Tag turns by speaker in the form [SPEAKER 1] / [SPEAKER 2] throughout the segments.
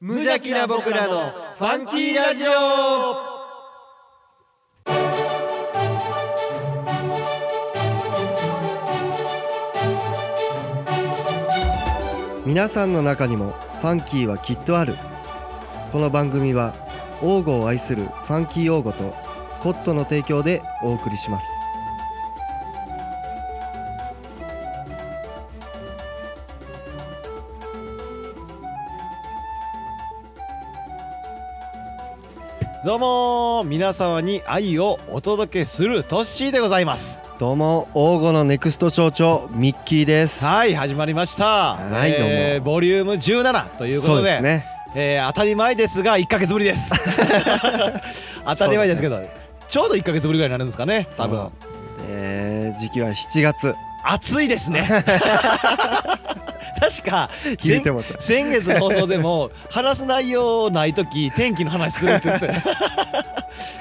[SPEAKER 1] 無邪気な僕らのファンキーラジオ皆さんの中にもファンキーはきっとあるこの番組は王語を愛するファンキー王語とコットの提供でお送りします
[SPEAKER 2] どうもー皆様に愛をお届けするトッシーでございます
[SPEAKER 1] どうも王語のネクスト町長ミッキーです
[SPEAKER 2] はい始まりました
[SPEAKER 1] はい
[SPEAKER 2] えーボリューム17というこ
[SPEAKER 1] そ
[SPEAKER 2] と
[SPEAKER 1] う
[SPEAKER 2] で
[SPEAKER 1] ですね
[SPEAKER 2] えー当たり前ですが1ヶ月ぶりです 当たり前ですけどちょうど1ヶ月ぶりぐらいになるんですかね多
[SPEAKER 1] そ
[SPEAKER 2] 分
[SPEAKER 1] うえー、時期は7月
[SPEAKER 2] 暑いです ね確か
[SPEAKER 1] 聞いてもらった
[SPEAKER 2] 先月の放送でも話す内容ない時天気の話するって言ってたよ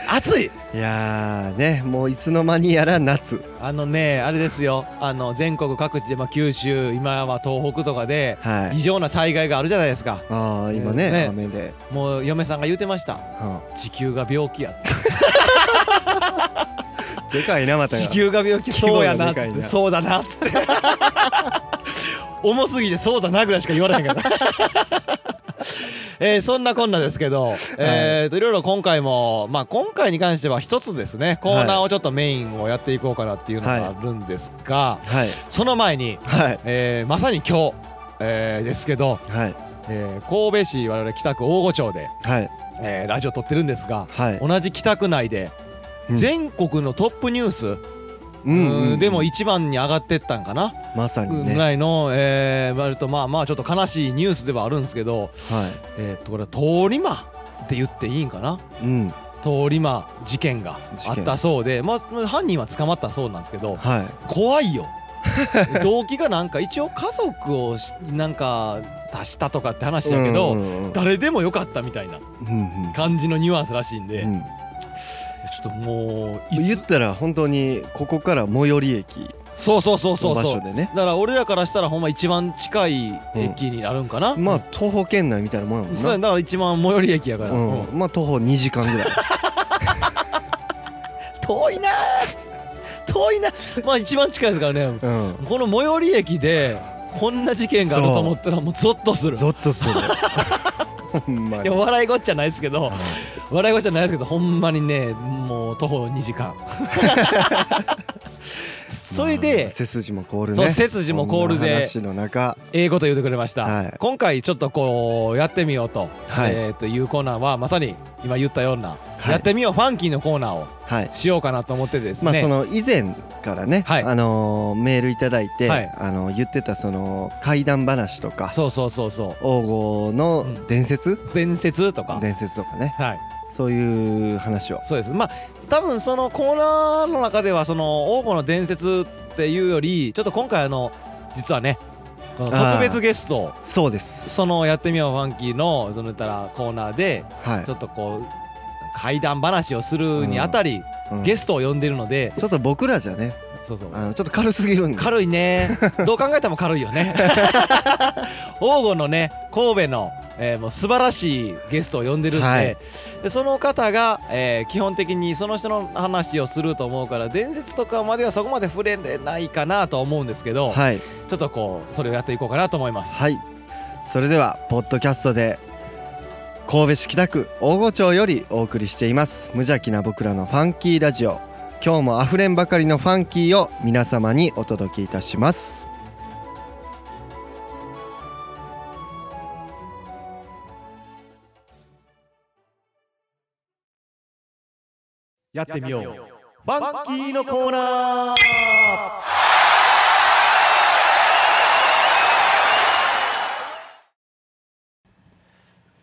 [SPEAKER 2] 暑い
[SPEAKER 1] いやーねもういつの間にやら夏
[SPEAKER 2] あのねあれですよあの全国各地で、まあ、九州今は東北とかで
[SPEAKER 1] はい
[SPEAKER 2] 異常な災害があるじゃないですか
[SPEAKER 1] ああ今ね,、
[SPEAKER 2] ね
[SPEAKER 1] 雨で、
[SPEAKER 2] もう嫁さんが言うてました
[SPEAKER 1] は
[SPEAKER 2] 地球が病気やって
[SPEAKER 1] あでかいなまたが
[SPEAKER 2] 地球が病気
[SPEAKER 1] 規模
[SPEAKER 2] そう
[SPEAKER 1] が
[SPEAKER 2] や
[SPEAKER 1] で
[SPEAKER 2] な
[SPEAKER 1] か
[SPEAKER 2] っ
[SPEAKER 1] いな
[SPEAKER 2] つってそうだなっつって 重すぎてそうだなぐらいしか言われへんから えーそんなこんなですけど、えー、といろいろ今回も、まあ、今回に関しては一つですねコーナーをちょっとメインをやっていこうかなっていうのがあるんですが、
[SPEAKER 1] はい
[SPEAKER 2] その前に
[SPEAKER 1] はい
[SPEAKER 2] えーまさに今日、えーですけど、
[SPEAKER 1] はい
[SPEAKER 2] えー神戸市我々北区大御町で、
[SPEAKER 1] はい
[SPEAKER 2] えーラジオ撮ってるんですが
[SPEAKER 1] はい
[SPEAKER 2] 同じ北区内で
[SPEAKER 1] うん
[SPEAKER 2] 全国のトップニュース、
[SPEAKER 1] う
[SPEAKER 2] うんでも一番に上がってったんかな、
[SPEAKER 1] まさにねはい
[SPEAKER 2] ぐらいの、えー割とまあまあちょっと悲しいニュースではあるんですけど、えー、っとこれは通り魔って言っていいんかな
[SPEAKER 1] うん
[SPEAKER 2] 通り魔事件があったそうで、まあ、犯人は捕まったそうなんですけど、
[SPEAKER 1] はい
[SPEAKER 2] 怖いよ 動機がなんか一応家族をしなんか足したとかって話だけど、
[SPEAKER 1] うんうんうん
[SPEAKER 2] 誰でもよかったみたいな
[SPEAKER 1] うんうん
[SPEAKER 2] 感じのニュアンスらしいんで、
[SPEAKER 1] う
[SPEAKER 2] ちょ
[SPEAKER 1] ん
[SPEAKER 2] っともうい
[SPEAKER 1] 言
[SPEAKER 2] つ
[SPEAKER 1] ったら本当にここから最寄り駅
[SPEAKER 2] そうそうそうそ
[SPEAKER 1] の
[SPEAKER 2] う
[SPEAKER 1] 場
[SPEAKER 2] そ
[SPEAKER 1] 所
[SPEAKER 2] う
[SPEAKER 1] でね
[SPEAKER 2] だから俺らからしたらほんま一番近い駅になるんかな、
[SPEAKER 1] まあ徒歩圏内みたいなもんやもん
[SPEAKER 2] そうや
[SPEAKER 1] な
[SPEAKER 2] だから一番最寄り駅やから、うん
[SPEAKER 1] うんまあ徒歩2時間 ぐらい
[SPEAKER 2] 遠いなー遠いなまあ一番近いですからね
[SPEAKER 1] うん
[SPEAKER 2] この最寄り駅でこんな事件があると思ったらもうゾッとする
[SPEAKER 1] ゾッとす るほんま
[SPEAKER 2] いや
[SPEAKER 1] に
[SPEAKER 2] 笑いごっちゃないですけど笑い事じゃないですけどほんまにねもう徒歩2 時間それ
[SPEAKER 1] まあ
[SPEAKER 2] で
[SPEAKER 1] 背筋も凍る
[SPEAKER 2] そう
[SPEAKER 1] ね
[SPEAKER 2] 背筋も凍るで
[SPEAKER 1] こんな話の中
[SPEAKER 2] 英語と言ってくれました、
[SPEAKER 1] はい
[SPEAKER 2] 今回ちょっとこうやってみようと,、
[SPEAKER 1] はい
[SPEAKER 2] えーというコーナーはまさに今言ったような、
[SPEAKER 1] はい
[SPEAKER 2] やってみようファンキーのコーナーを
[SPEAKER 1] はい
[SPEAKER 2] しようかなと思ってですね、
[SPEAKER 1] まあその以前からね、
[SPEAKER 2] はい
[SPEAKER 1] あのーメールいただいて、
[SPEAKER 2] はい
[SPEAKER 1] あのー言ってたその怪談話とか
[SPEAKER 2] そうそうそうそ
[SPEAKER 1] 王金の
[SPEAKER 2] うん
[SPEAKER 1] 伝説、
[SPEAKER 2] う伝説とか、
[SPEAKER 1] 伝説とかね
[SPEAKER 2] はい
[SPEAKER 1] そういう話を
[SPEAKER 2] そうですまあ多分そのコーナーの中ではその王子の伝説っていうよりちょっと今回あの実はねこの
[SPEAKER 1] あー
[SPEAKER 2] 特別ゲストを
[SPEAKER 1] そうです
[SPEAKER 2] そのやってみようファンキーのその言ったらコーナーで
[SPEAKER 1] はい
[SPEAKER 2] ちょっとこう怪談話をするにあたり、
[SPEAKER 1] うん
[SPEAKER 2] ゲストを呼んでるので、
[SPEAKER 1] ちょっと僕らじゃね
[SPEAKER 2] そうそう
[SPEAKER 1] あのちょっと軽すぎるんで
[SPEAKER 2] 軽 いねどう考えても軽いよね王吾のね神戸の、えーもう素晴らしいゲストを呼んでるんで,、
[SPEAKER 1] はい
[SPEAKER 2] でその方が、えー基本的にその人の話をすると思うから伝説とかまではそこまで触れれないかなと思うんですけど、
[SPEAKER 1] はい
[SPEAKER 2] ちょっとこうそれをやっていこうかなと思います。
[SPEAKER 1] はいそれではポッドキャストで神戸市北区大御町よりお送りしています無邪気な僕らのファンキーラジオ今日もあふれんばかりのファンキーを皆様にお届けいたします
[SPEAKER 2] やってみよう。ファンキーのコーナー。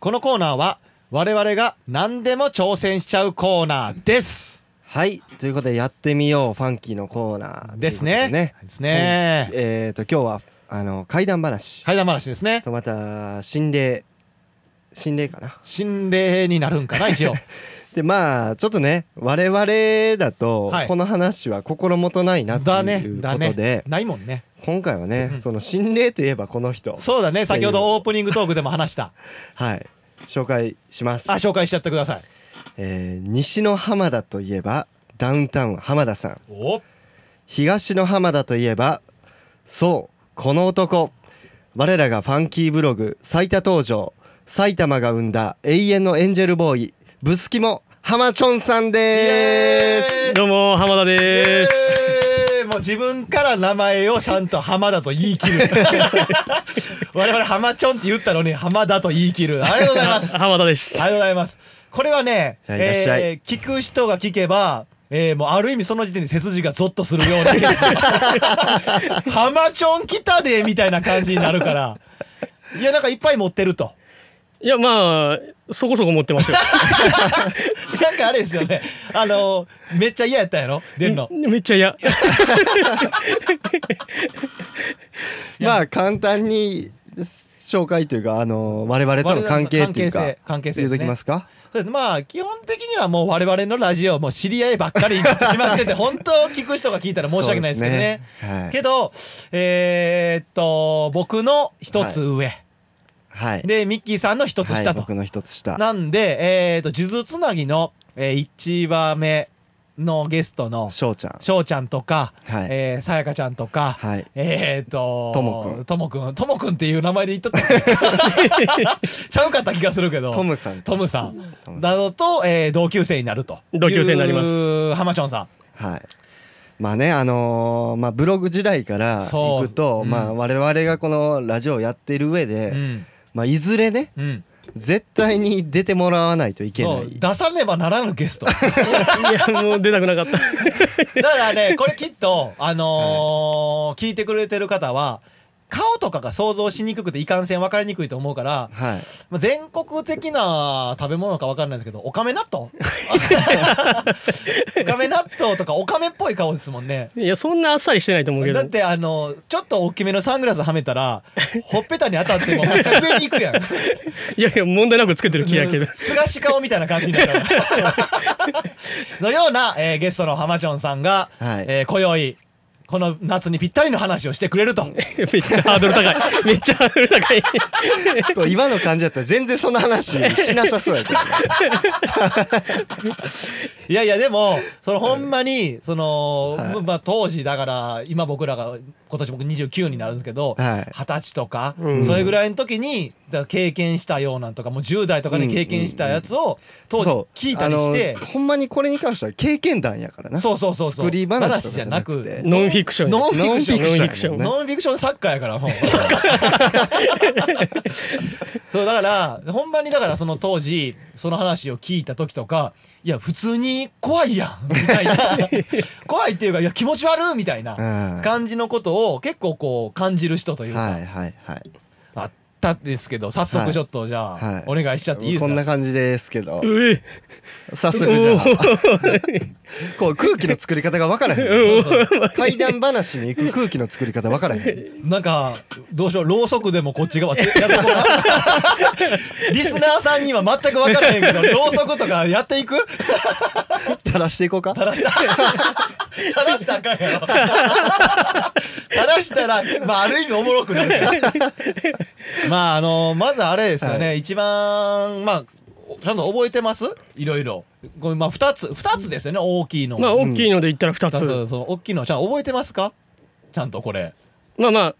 [SPEAKER 2] このコーナーは我々が何でも挑戦しちゃうコーナーです。
[SPEAKER 1] はいということでやってみようファンキーのコーナー
[SPEAKER 2] ですね。ですね
[SPEAKER 1] ということでね。えっ、と今日はあの怪談話、
[SPEAKER 2] 怪談話ですね。
[SPEAKER 1] とまた心霊心霊かな
[SPEAKER 2] 心霊になる んかな一応。
[SPEAKER 1] でまあちょっとね我々だと
[SPEAKER 2] はい
[SPEAKER 1] この話は心もとないな
[SPEAKER 2] だ
[SPEAKER 1] と
[SPEAKER 2] ね
[SPEAKER 1] いうこ
[SPEAKER 2] だ
[SPEAKER 1] とで、
[SPEAKER 2] ね。ないもんね。
[SPEAKER 1] 今回はね、
[SPEAKER 2] うん
[SPEAKER 1] その心霊といえばこの人
[SPEAKER 2] そうだね。先ほどオープニングトークでも話した。
[SPEAKER 1] はい紹介します
[SPEAKER 2] あ、紹介しちゃってください。
[SPEAKER 1] えー西の浜田といえばダウンタウン浜田さん
[SPEAKER 2] お
[SPEAKER 1] 東の浜田といえばそうこの男我らがファンキーブログ最多登場埼玉が生んだ永遠のエンジェルボーイブスキも浜チョンさんです
[SPEAKER 3] どうも浜田です。
[SPEAKER 2] えーもう自分から名前をちゃんと浜田と言い切る 我々浜ちょんって言ったのに浜田と言い切るありがとうござい ますあり
[SPEAKER 3] 浜田です
[SPEAKER 2] が。とうございますこれはね、
[SPEAKER 1] はいいらっしゃい
[SPEAKER 2] えー聞く人が聞けばえー、もうある意味その時点で背筋がゾッとするような浜ちょん来たでみたいな感じになるからいやなんかいっぱい持ってると
[SPEAKER 3] いやまあそこそこ持ってますよ。
[SPEAKER 2] なんかあれですよねあのめっちゃ嫌やったんやろ出んの
[SPEAKER 3] めっちゃ嫌。
[SPEAKER 1] まあ簡単に紹介というかあの我々との関係というか
[SPEAKER 2] 我々の関係性関係性
[SPEAKER 1] 言う
[SPEAKER 2] ですね
[SPEAKER 1] ときますか
[SPEAKER 2] そうですまあ基本的にはもう我々のラジオも知り合いばっかりになってしまってて本当聞く人が聞いたら申し訳ないですけどね
[SPEAKER 1] そうですねはい
[SPEAKER 2] けどえーっと僕の一つ上、
[SPEAKER 1] はい
[SPEAKER 2] でミッキーさんの一つ
[SPEAKER 1] は
[SPEAKER 2] 下
[SPEAKER 1] い、
[SPEAKER 2] と、
[SPEAKER 1] 僕の一つ下
[SPEAKER 2] なんでえーっと数珠つなぎの、えー、1話目のゲストの
[SPEAKER 1] 翔ちゃん
[SPEAKER 2] 翔ちゃんとか、
[SPEAKER 1] はい
[SPEAKER 2] えーさやかちゃんとか、
[SPEAKER 1] はい
[SPEAKER 2] えー、っと
[SPEAKER 1] ともくん
[SPEAKER 2] ともくんともくんっていう名前で言っと ったちゃうかった気がするけど
[SPEAKER 1] トムさんと
[SPEAKER 2] トムさん
[SPEAKER 1] トムさ
[SPEAKER 2] などと、えー同級生になると
[SPEAKER 3] 同級生になります
[SPEAKER 2] す浜ちゃんさん
[SPEAKER 1] はい。まあね、あのーまあ、ブログ時代から
[SPEAKER 2] そ
[SPEAKER 1] 行
[SPEAKER 2] う
[SPEAKER 1] くと、
[SPEAKER 2] うん
[SPEAKER 1] まあ、我々がこのラジオをやってる上で、
[SPEAKER 2] うん
[SPEAKER 1] まあ、いずれね
[SPEAKER 2] うん
[SPEAKER 1] 絶対に出てもらわないといけな
[SPEAKER 2] そう
[SPEAKER 1] い
[SPEAKER 2] 出さねばならぬゲストだ
[SPEAKER 3] いやもう出たくなかった。
[SPEAKER 2] から ねこれきっとあのー聞いてくれてる方は顔とかが想像しにくくていかんせん分かりにくいと思うから、
[SPEAKER 1] はい
[SPEAKER 2] まあ、全国的な食べ物か分かんないですけどおかめ納 豆おかめ納豆とかおかめっぽい顔ですもんね
[SPEAKER 3] いやそんなあっさりしてないと思うけど
[SPEAKER 2] だっ。てあのちょっと大きめのサングラスはめたらほっぺたに当たってもめっちゃ上に行くやん
[SPEAKER 3] いやいや問題なくつけ てる気やけど。
[SPEAKER 2] すがし顔みたいな感じになる のような、えーゲストの浜ちょんさんが、
[SPEAKER 1] はい
[SPEAKER 2] えー今宵この夏にぴったりの話をしてくれる と
[SPEAKER 3] めっちゃハードル高い。めっちゃハードル高い。
[SPEAKER 1] こう今の感じだったら全然その話しなさそうやけどね
[SPEAKER 2] いやいやでもそのほんまにその、
[SPEAKER 1] はい
[SPEAKER 2] まあ、当時だから今僕らが今年僕29になるんですけど二十、
[SPEAKER 1] はい
[SPEAKER 2] 歳とか、
[SPEAKER 3] うん
[SPEAKER 2] それぐらいの時にだから経験したようなんとかもう10代とかに経験したやつを 当
[SPEAKER 1] そう
[SPEAKER 2] 時聞いたりして
[SPEAKER 1] あのーほんまにこれに関しては経験談やからな
[SPEAKER 2] そうそうそうそう
[SPEAKER 1] 作り話とかじゃなく
[SPEAKER 2] 話じゃ
[SPEAKER 1] て
[SPEAKER 3] ノンフィクションや。
[SPEAKER 2] ノンフィクション
[SPEAKER 1] ノンフ
[SPEAKER 3] ィクション
[SPEAKER 1] やもんね
[SPEAKER 2] ノンフィクションサッカーやからもう。そうだからほんまにだからその当時その話を聞いた時とかいや普通に怖いやんみたいな怖いっていうかいや気持ち悪いみたいな
[SPEAKER 1] うん
[SPEAKER 2] 感じのことを結構こう感じる人というか、
[SPEAKER 1] はいはいはい
[SPEAKER 2] あったんですけど早速ちょっとじゃあ、
[SPEAKER 1] はい
[SPEAKER 2] お願いしちゃっていいです
[SPEAKER 1] こ
[SPEAKER 2] か
[SPEAKER 1] んな感じですけど
[SPEAKER 3] うえ。
[SPEAKER 1] 早速じゃ
[SPEAKER 3] お
[SPEAKER 1] あ こう空気の作り方が分からへ ん
[SPEAKER 2] そうそう
[SPEAKER 1] 怪談話に行く空気の作り方分からへん
[SPEAKER 2] なんかどうしようろうそくでもこっち側やってこ うリスナーさんには全く分からへんけどろうそくとかやっていく
[SPEAKER 1] 垂らしていこうか
[SPEAKER 2] 垂らした。垂らしたらあかんやろ。垂らしたら、まあ、ある意味おもろくなるけど。まあ、あの、まずあれですよね、
[SPEAKER 1] は
[SPEAKER 2] 一番、まあ、ちゃんと覚えてますいろいろ。これ、まあ、二つ、二つですよね、大きいの。
[SPEAKER 3] まあ大きいので言ったら二
[SPEAKER 2] 二つ、
[SPEAKER 3] つ。
[SPEAKER 2] その大きいの、ちゃんと覚えてますかちゃんとこれ。
[SPEAKER 3] まあまあ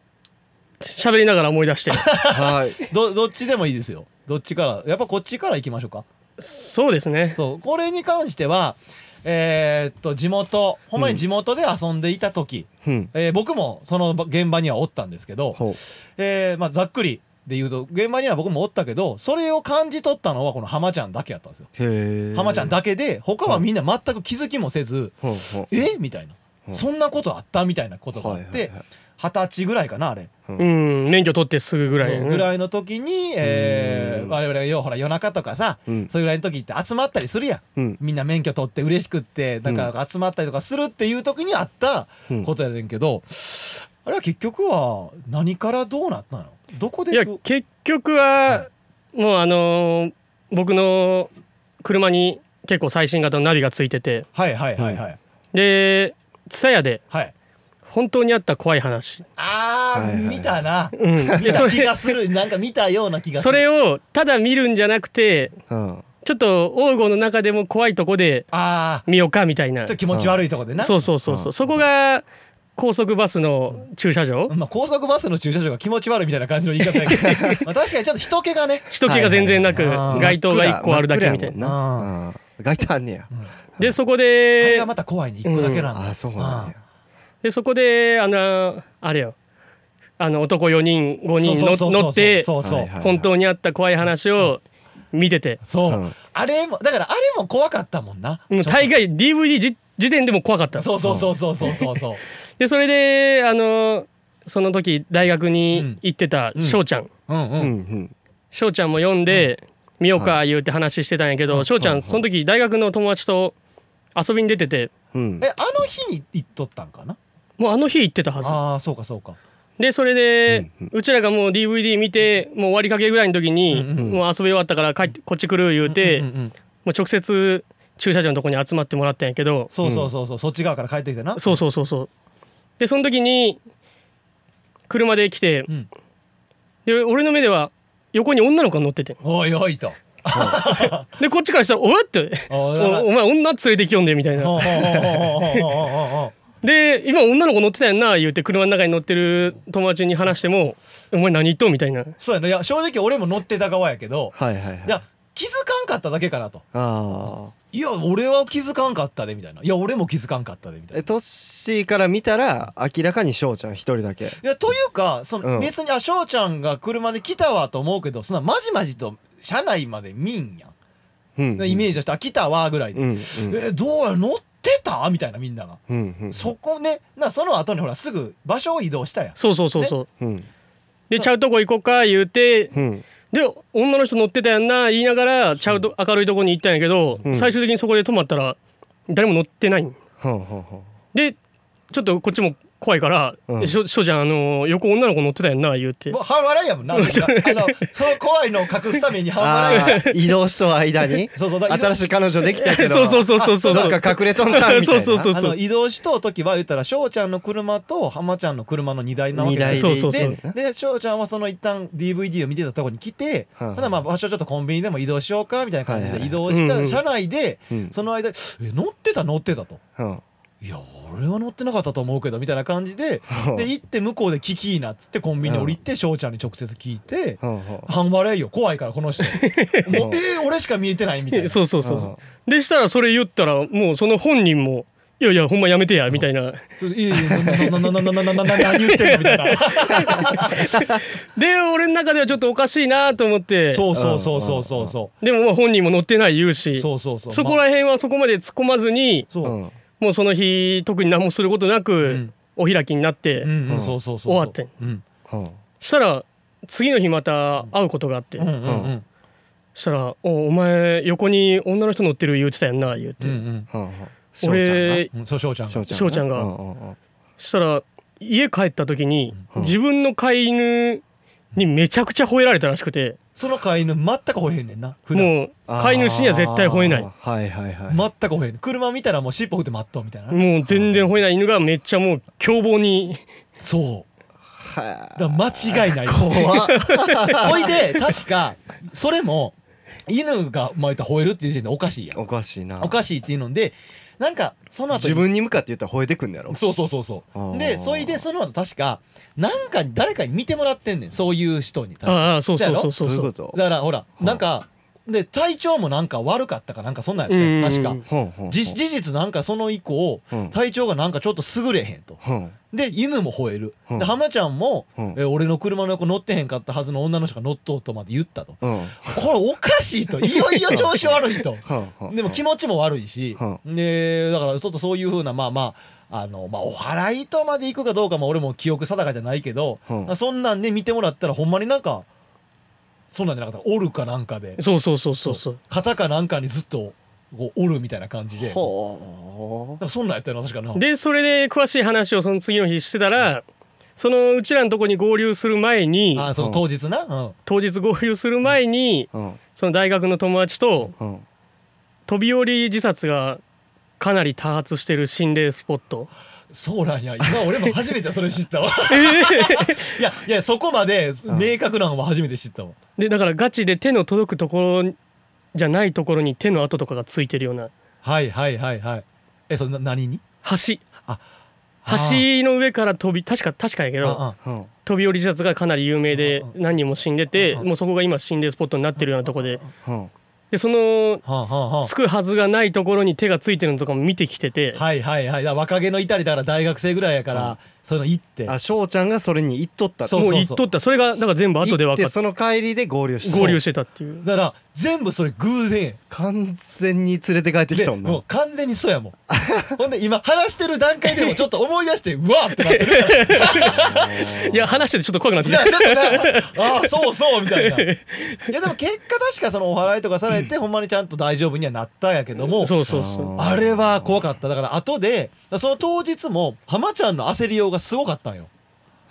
[SPEAKER 3] 喋りながら思い出して。
[SPEAKER 1] はい
[SPEAKER 2] ど、どっちでもいいですよ。どっちから、やっぱこっちから行きましょうか。
[SPEAKER 3] そうですね。
[SPEAKER 2] そう、これに関しては、えーっと、地元、ほんまに地元で遊んでいた時、
[SPEAKER 1] うん
[SPEAKER 2] えー僕もその現場にはおったんですけど、
[SPEAKER 1] ほう
[SPEAKER 2] えーまあ、ざっくりで言うと現場には僕もおったけどそれを感じ取ったのはこの浜ちゃんだけやったんですよ。
[SPEAKER 1] へえ
[SPEAKER 2] 浜ちゃんだけで他はみんな全く気づきもせず
[SPEAKER 1] ほうほ
[SPEAKER 2] 「えみたいな、
[SPEAKER 1] うん
[SPEAKER 2] そんなことあったみたいなこと
[SPEAKER 1] う
[SPEAKER 2] が
[SPEAKER 1] は
[SPEAKER 2] あ
[SPEAKER 1] い
[SPEAKER 2] っ
[SPEAKER 1] はい
[SPEAKER 2] て
[SPEAKER 1] はい
[SPEAKER 2] 二十歳ぐらいかなあれ
[SPEAKER 3] うん免許取ってすぐぐらいやね。
[SPEAKER 2] ぐらいの時に、えー
[SPEAKER 1] うん
[SPEAKER 2] 我々がようほら夜中とかさ
[SPEAKER 1] うん
[SPEAKER 2] それぐらいの時って集まったりするやん
[SPEAKER 1] うん
[SPEAKER 2] みんな免許取って嬉しくってなんか集まったりとかするっていう時にあった
[SPEAKER 1] うん
[SPEAKER 2] ことやねんけど、あれは結局は何からどうなったのどこで
[SPEAKER 3] いや
[SPEAKER 2] こう
[SPEAKER 3] 結局はもうあのー僕の車に結構最新型のナビがついてて
[SPEAKER 2] はいはいはいはい、
[SPEAKER 3] で TSUTAYA で
[SPEAKER 2] はい。
[SPEAKER 3] フ本当にあった怖い話、
[SPEAKER 2] あー、
[SPEAKER 1] はいはい
[SPEAKER 2] 見たな
[SPEAKER 3] うん、
[SPEAKER 2] 見
[SPEAKER 3] でそ
[SPEAKER 2] た気
[SPEAKER 3] れ
[SPEAKER 2] がするなんか見たような気がす
[SPEAKER 3] そ
[SPEAKER 2] る
[SPEAKER 3] れをただ見るんじゃなくて
[SPEAKER 1] うん
[SPEAKER 3] ちょっと王吾の中でも怖いとこで
[SPEAKER 2] あ
[SPEAKER 3] 見ようかみたい
[SPEAKER 2] あ
[SPEAKER 3] な
[SPEAKER 2] ちょっと気持ち悪いとこでな
[SPEAKER 3] そうそうそうそううんそこが高速バスの駐車場
[SPEAKER 2] まあ、高速バスの駐車場が気持ち悪いみたいな感じの言い方やけど まあ確かにちょっと人気がね
[SPEAKER 3] 人気が全然なく
[SPEAKER 2] はいはいはい
[SPEAKER 3] 街灯が1個あるだけみたいな
[SPEAKER 1] 真っ暗やもんなうん街灯あんねや
[SPEAKER 3] でそこ
[SPEAKER 2] あれ
[SPEAKER 3] で
[SPEAKER 2] がまた怖いね一個だけなんだ、
[SPEAKER 1] あそうなんや
[SPEAKER 3] でそこであのあれよあの男4人5人
[SPEAKER 2] そうそうそうそう
[SPEAKER 3] の乗って
[SPEAKER 2] そうそう、
[SPEAKER 1] はいはい
[SPEAKER 3] 本当にあった怖い話を見てて
[SPEAKER 2] そう、
[SPEAKER 1] うん
[SPEAKER 2] あれもだからあれも怖かったもんな
[SPEAKER 3] もう大概 DVD じ時点でも怖かった
[SPEAKER 2] そうそうそうそうそうそう そう
[SPEAKER 3] でそれであのその時大学に行ってた
[SPEAKER 2] うん
[SPEAKER 3] 翔ちゃん
[SPEAKER 2] うんう
[SPEAKER 1] うん
[SPEAKER 2] ん
[SPEAKER 1] うん
[SPEAKER 3] 翔ちゃんも読んで見ようか言うて話してたんやけ
[SPEAKER 2] は
[SPEAKER 3] ど
[SPEAKER 2] い
[SPEAKER 3] 翔ちゃ
[SPEAKER 1] うん
[SPEAKER 3] んその時大学の友達と遊びに出てて
[SPEAKER 1] うん
[SPEAKER 2] えあの日に行っとったんかな
[SPEAKER 3] もうあの日行ってたはず
[SPEAKER 2] ああそうかそうか
[SPEAKER 3] でそれで、
[SPEAKER 1] う
[SPEAKER 3] うんちらがもう DVD 見てもう終わりかけぐらいの時に、
[SPEAKER 2] うんうん
[SPEAKER 3] もう遊び終わったから帰ってこっち来る言うて、
[SPEAKER 2] うんうんうん
[SPEAKER 3] もう直接駐車場のとこに集まってもらったんやけど
[SPEAKER 2] そうそうそうそう、そっち側から帰ってきてな
[SPEAKER 3] そうそうそうそうでその時に車で来て
[SPEAKER 2] うん、
[SPEAKER 3] で俺の目では横に女の子が乗ってて
[SPEAKER 2] おいおいと
[SPEAKER 3] でこっちからしたら「おい!」って「
[SPEAKER 2] お
[SPEAKER 3] お
[SPEAKER 2] いおい
[SPEAKER 3] お前女連れてきよんで」みたい
[SPEAKER 2] お
[SPEAKER 3] な
[SPEAKER 2] おお
[SPEAKER 3] で今女の子乗ってたやんな言うて車の中に乗ってる友達に話しても「お前何言っとん?」みたいな
[SPEAKER 2] そうやないや正直俺も乗ってた側やけど
[SPEAKER 1] はいはいはいい
[SPEAKER 2] や気づかんかっただけかなと
[SPEAKER 1] ああ
[SPEAKER 2] いや俺は気づかんかったでみたいないや俺も気づかんかったでみたいな
[SPEAKER 1] えトッシーから見たら明らかに翔ちゃん一人だけ
[SPEAKER 2] いやというかその、
[SPEAKER 1] うん
[SPEAKER 2] 別にあ翔ちゃんが車で来たわと思うけどそんなまじまじと車内まで見んやん、
[SPEAKER 1] うん
[SPEAKER 2] イメー
[SPEAKER 1] ジ
[SPEAKER 2] ジとしてあ来たわぐらいで、
[SPEAKER 1] うんうん
[SPEAKER 2] えどうや乗ってたみたいなみんなが、
[SPEAKER 1] うんうん
[SPEAKER 2] そこねなその後にほらすぐ場所を移動したやん
[SPEAKER 3] そうそうそうそう
[SPEAKER 1] うん
[SPEAKER 3] でちゃうとこ行こうか言うて
[SPEAKER 1] うん
[SPEAKER 3] で女の人乗ってたやんな言いながらちゃうと明るいとこに行ったんやけど、
[SPEAKER 1] うん
[SPEAKER 3] 最終的にそこで止まったら誰も乗ってないん
[SPEAKER 1] ほうほうほ
[SPEAKER 3] でちょっとこっちも怖いから「
[SPEAKER 1] うん
[SPEAKER 3] しょしょうちゃんあのー横女の子乗ってたやんな」言うて
[SPEAKER 2] もう半笑いやもんなあのその怖いのを隠すために
[SPEAKER 1] う
[SPEAKER 2] 半笑いや
[SPEAKER 1] ああ移動しとる間 に
[SPEAKER 2] そうそうだから
[SPEAKER 1] 新しい彼女できたけど
[SPEAKER 3] そうそうそ うそうそう
[SPEAKER 1] どっか隠れとんちゃうみたいな
[SPEAKER 3] そうそうそう
[SPEAKER 2] あの移動しとう時は言ったら翔ちゃんの車と浜ちゃんの車の荷台なわけ
[SPEAKER 1] 二
[SPEAKER 2] じゃな
[SPEAKER 1] 台
[SPEAKER 2] い
[SPEAKER 3] そうそうそう
[SPEAKER 1] で
[SPEAKER 2] で翔ちゃんはその一旦 DVD を見てたとこに来て、
[SPEAKER 1] はあはあ
[SPEAKER 2] ただまあ場所ちょっとコンビニでも移動しようかみたいな感じ
[SPEAKER 1] はい
[SPEAKER 2] で
[SPEAKER 1] はい
[SPEAKER 2] 移動し
[SPEAKER 3] うんう
[SPEAKER 2] た
[SPEAKER 3] ん
[SPEAKER 2] 車内で
[SPEAKER 1] うん
[SPEAKER 2] その間「え乗ってた乗ってた」と
[SPEAKER 1] うん
[SPEAKER 2] 「いや俺は乗ってなかったと思うけど」みたいな感じでで行って向こうで「聞きいな」っつってコンビニに降りて翔ちゃんに直接聞いて
[SPEAKER 1] ほうほう
[SPEAKER 2] 「半笑いよ怖いからこの人」もう「えー、俺しか見えてない」みたいな。
[SPEAKER 3] そうそうそうそうでしたらそれ言ったらもうその本人も「いやいやほんまやめてや」みたいな
[SPEAKER 2] そういやいやなななななななな何言ってんのみたいな
[SPEAKER 3] で俺の中ではちょっとおかしいなと思って
[SPEAKER 2] そうそうそうそうそうそ
[SPEAKER 3] でもまあ本人も乗ってない言う
[SPEAKER 2] う
[SPEAKER 3] し
[SPEAKER 2] そうそうそう
[SPEAKER 3] そこら辺はそこまで突っ込まずに
[SPEAKER 2] そううん
[SPEAKER 1] うん
[SPEAKER 3] もうその日特に何もすることなく、
[SPEAKER 2] ん
[SPEAKER 3] お開きになって、
[SPEAKER 2] うんうんそうそうそうそう
[SPEAKER 3] 終わって
[SPEAKER 2] うん
[SPEAKER 1] ほ
[SPEAKER 3] したら次の日また会うことがあって、
[SPEAKER 2] うんうんうん
[SPEAKER 3] したら「おお前横に女の人乗ってる言うてたやんな」言う
[SPEAKER 2] う
[SPEAKER 3] て、
[SPEAKER 2] んうん
[SPEAKER 1] うほうほう翔ちゃんが
[SPEAKER 3] 俺
[SPEAKER 2] うんそう翔ちゃんが
[SPEAKER 1] 翔ちゃん
[SPEAKER 3] 翔ちゃんが
[SPEAKER 1] うんうん
[SPEAKER 3] したら家帰った時に、
[SPEAKER 1] うん
[SPEAKER 3] 自分の飼い犬にめちゃくちゃ吠えられたらしくて、
[SPEAKER 2] その飼い犬全く吠えへんねんな普段
[SPEAKER 3] もう飼い主には絶対吠えない
[SPEAKER 1] あーはいはいはい
[SPEAKER 2] 全く吠えへん車見たらもう尻尾振って待っとうみたいなね
[SPEAKER 3] もう全然吠えない犬がめっちゃもう凶暴に
[SPEAKER 2] そう
[SPEAKER 1] は
[SPEAKER 2] だから間違いない
[SPEAKER 1] 怖っ
[SPEAKER 2] ほいで確かそれも犬がまあ言ったら吠えるっていう時点でおかしいやん
[SPEAKER 1] おかしいな
[SPEAKER 2] おかしいっていうのでなんかその後に
[SPEAKER 1] 自分に向かって言ったら吠えてくんのやろ
[SPEAKER 2] そうそうそうそ
[SPEAKER 1] あー
[SPEAKER 2] うでそれでその後確かなんか誰かに見てもらってんねんそういう人に確か
[SPEAKER 3] ああそうそうそうそ
[SPEAKER 1] ど
[SPEAKER 3] う
[SPEAKER 1] うい
[SPEAKER 3] そう
[SPEAKER 1] こ
[SPEAKER 3] う
[SPEAKER 1] と
[SPEAKER 2] だからほらなんかで体調もなんか悪かったかなんかそんなんや
[SPEAKER 3] うんうん
[SPEAKER 2] ね
[SPEAKER 3] うん
[SPEAKER 2] 確か
[SPEAKER 1] ほんほん
[SPEAKER 2] じ事実なんかその以降
[SPEAKER 1] うん
[SPEAKER 2] 体調がなんかちょっと優れへんと
[SPEAKER 1] ほん
[SPEAKER 2] で犬も吠える
[SPEAKER 1] うん
[SPEAKER 2] で浜ちゃんも
[SPEAKER 1] ほん
[SPEAKER 2] え俺の車の横乗ってへんかったはずの女の人が乗っとうとまで言ったと
[SPEAKER 1] うん
[SPEAKER 2] これおかしいといよいよ調子悪いと
[SPEAKER 1] ほんほん
[SPEAKER 2] でも気持ちも悪いし
[SPEAKER 1] う
[SPEAKER 2] でだからちょっとそういうふうなまあまああのまあお祓いとまで行くかどうかも俺も記憶定かじゃないけど
[SPEAKER 1] うん
[SPEAKER 2] そんなんで見てもらったらほんまになんかそんなんじゃなかったおるかなんかで
[SPEAKER 3] そうそうそうそうそう
[SPEAKER 2] 肩かなんかにずっとこうおるみたいな感じでなん
[SPEAKER 1] ほ
[SPEAKER 2] かそんなんやったよな確かな
[SPEAKER 3] でそれで詳しい話をその次の日してたらそのうちらのとこに合流する前に
[SPEAKER 2] あーその当日な、うん、
[SPEAKER 3] 当日合流する前に
[SPEAKER 1] ううん
[SPEAKER 3] その大学の友達と
[SPEAKER 1] うん
[SPEAKER 3] 飛び降り自殺がかなり多発してる心霊スポット
[SPEAKER 2] そうなんや今俺も初めてそれ知ったわいやいやそこまで
[SPEAKER 1] ん
[SPEAKER 2] 明確なのは初めて知ったわ
[SPEAKER 3] でだからガチで手の届くところじゃないところに手の跡とかがついてるような
[SPEAKER 2] はいはいはいはいえそれな何に
[SPEAKER 3] 橋
[SPEAKER 2] あ
[SPEAKER 3] 橋
[SPEAKER 2] ー
[SPEAKER 3] の上から飛び確か確かやけど
[SPEAKER 2] あ
[SPEAKER 1] うん
[SPEAKER 3] 飛び降り自殺がかなり有名で
[SPEAKER 2] うんうん
[SPEAKER 3] 何人も死んでて
[SPEAKER 2] うんうん
[SPEAKER 3] もうそこが今心霊スポットになってるようなとこで
[SPEAKER 1] うん
[SPEAKER 3] でその
[SPEAKER 2] あはあはあは
[SPEAKER 3] つくはずがないところに手がついてるのとかも見てきてて
[SPEAKER 2] あはいはいはいだから若気の至りだから大学生ぐらいやから、
[SPEAKER 1] うん
[SPEAKER 2] そういうの行って
[SPEAKER 1] あ翔ちゃんがそれに行っとった
[SPEAKER 2] そう
[SPEAKER 3] もう言っとったそれがだから全部後で
[SPEAKER 1] 行っ
[SPEAKER 3] 分
[SPEAKER 1] て
[SPEAKER 3] かっ
[SPEAKER 1] その帰りで合流してた
[SPEAKER 3] 合流してたっていう
[SPEAKER 2] だから全部それ偶然や
[SPEAKER 1] 完全に連れて帰ってきたもんな
[SPEAKER 2] もう完全にそうやもん ほんで今話してる段階でもちょっと思い出してうわーって なってるから
[SPEAKER 3] いや話しててちょっと怖くなって
[SPEAKER 2] い
[SPEAKER 3] きた
[SPEAKER 2] やちょっとなああそうそうみたいないやでも結果確かそのお祓いとかされてほんまにちゃんと大丈夫にはなったんやけども
[SPEAKER 3] そうそうそう
[SPEAKER 2] あれは怖かっただから後でその当日も浜ちゃんの焦りようがすごかったんよ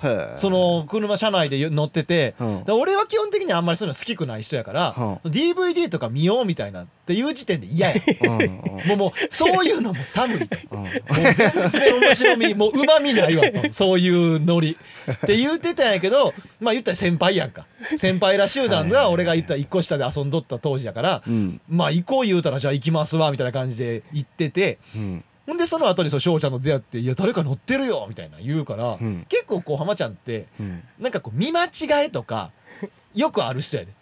[SPEAKER 1] へえ
[SPEAKER 2] その車車内で乗ってて
[SPEAKER 1] うん
[SPEAKER 2] だから俺は基本的にあんまりそういうの好きくない人やから、
[SPEAKER 1] う
[SPEAKER 2] DVD とか見ようみたいなっていう時点で嫌や
[SPEAKER 1] うんうん
[SPEAKER 2] もうもうそういうのも寒いと
[SPEAKER 1] うん
[SPEAKER 2] もう全然面白みもううまみないわとそういうノリって言ってたんやけどまあ言ったら先輩やんか先輩ら集団が俺が言ったら1個下で遊んどった当時やから
[SPEAKER 1] うん
[SPEAKER 2] まあ行こう言うたらじゃあ行きますわみたいな感じで行ってて
[SPEAKER 1] うん
[SPEAKER 2] ほんでその後にそう翔ちゃんと出会って「いや誰か乗ってるよ」みたいな言うから
[SPEAKER 1] うん
[SPEAKER 2] 結構こう浜ちゃんって
[SPEAKER 1] うん
[SPEAKER 2] なんかこう見間違えとかよくある人やで。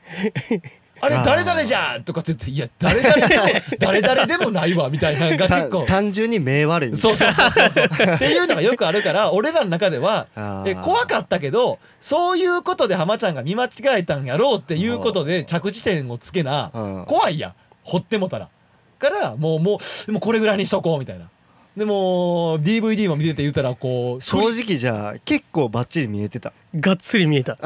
[SPEAKER 2] あれ誰々じゃんとかって言って「いや誰々でも誰々でもないわ」みたいなのが
[SPEAKER 1] た
[SPEAKER 2] 結構
[SPEAKER 1] 単純に目悪いみたい
[SPEAKER 2] そうそうそうそうそうっていうのがよくあるから俺らの中では
[SPEAKER 1] な
[SPEAKER 2] え怖かったけどそういうことで浜ちゃんが見間違えたんやろうっていうことで着地点をつけな
[SPEAKER 1] うん
[SPEAKER 2] 怖いやん掘ってもたらからもうもうもうこれぐらいにしとこうみたいなでも DVD も見てて言ったらこう
[SPEAKER 1] 正直じゃあ結構バッチリ見えてた
[SPEAKER 3] がっつり見えた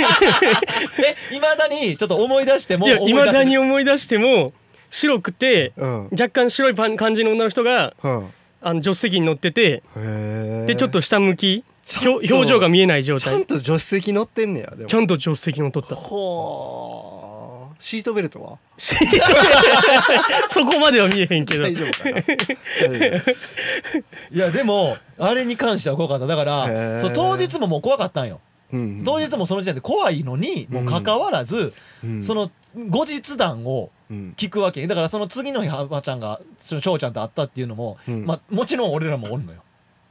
[SPEAKER 2] えいまだにちょっと思い出しても
[SPEAKER 3] いや
[SPEAKER 2] 思
[SPEAKER 3] い
[SPEAKER 2] 出せ
[SPEAKER 3] ま
[SPEAKER 2] ない
[SPEAKER 3] だに思い出しても白くて
[SPEAKER 1] うん
[SPEAKER 3] 若干白いパン感じの女の人が
[SPEAKER 1] うん
[SPEAKER 3] あの助手席に乗ってて
[SPEAKER 1] へえ
[SPEAKER 3] でちょっと下向き
[SPEAKER 1] ち
[SPEAKER 3] ひょ
[SPEAKER 1] ゃんと
[SPEAKER 3] 表情が見えない状
[SPEAKER 1] ちゃん
[SPEAKER 3] 態
[SPEAKER 1] と助手席乗ってんねやでも
[SPEAKER 3] ちゃんと助手席に 取った
[SPEAKER 1] ほーシートベルトは
[SPEAKER 3] そこまでは見えへんけど
[SPEAKER 1] 大丈夫かな大丈 夫
[SPEAKER 2] いやでもあれに関しては怖かっただか
[SPEAKER 1] へー
[SPEAKER 2] らそう当日ももう怖かったんよ
[SPEAKER 1] うん
[SPEAKER 2] 当日もその時点で怖いのにもうかかわらず、
[SPEAKER 1] うん
[SPEAKER 2] その後日談を
[SPEAKER 1] うん
[SPEAKER 2] 聞くわけだからその次の日浜ちゃんがその翔ちゃんと会ったっていうのも、
[SPEAKER 1] うん
[SPEAKER 2] まあ、もちろん俺らもおるの
[SPEAKER 1] は
[SPEAKER 2] よ、
[SPEAKER 1] い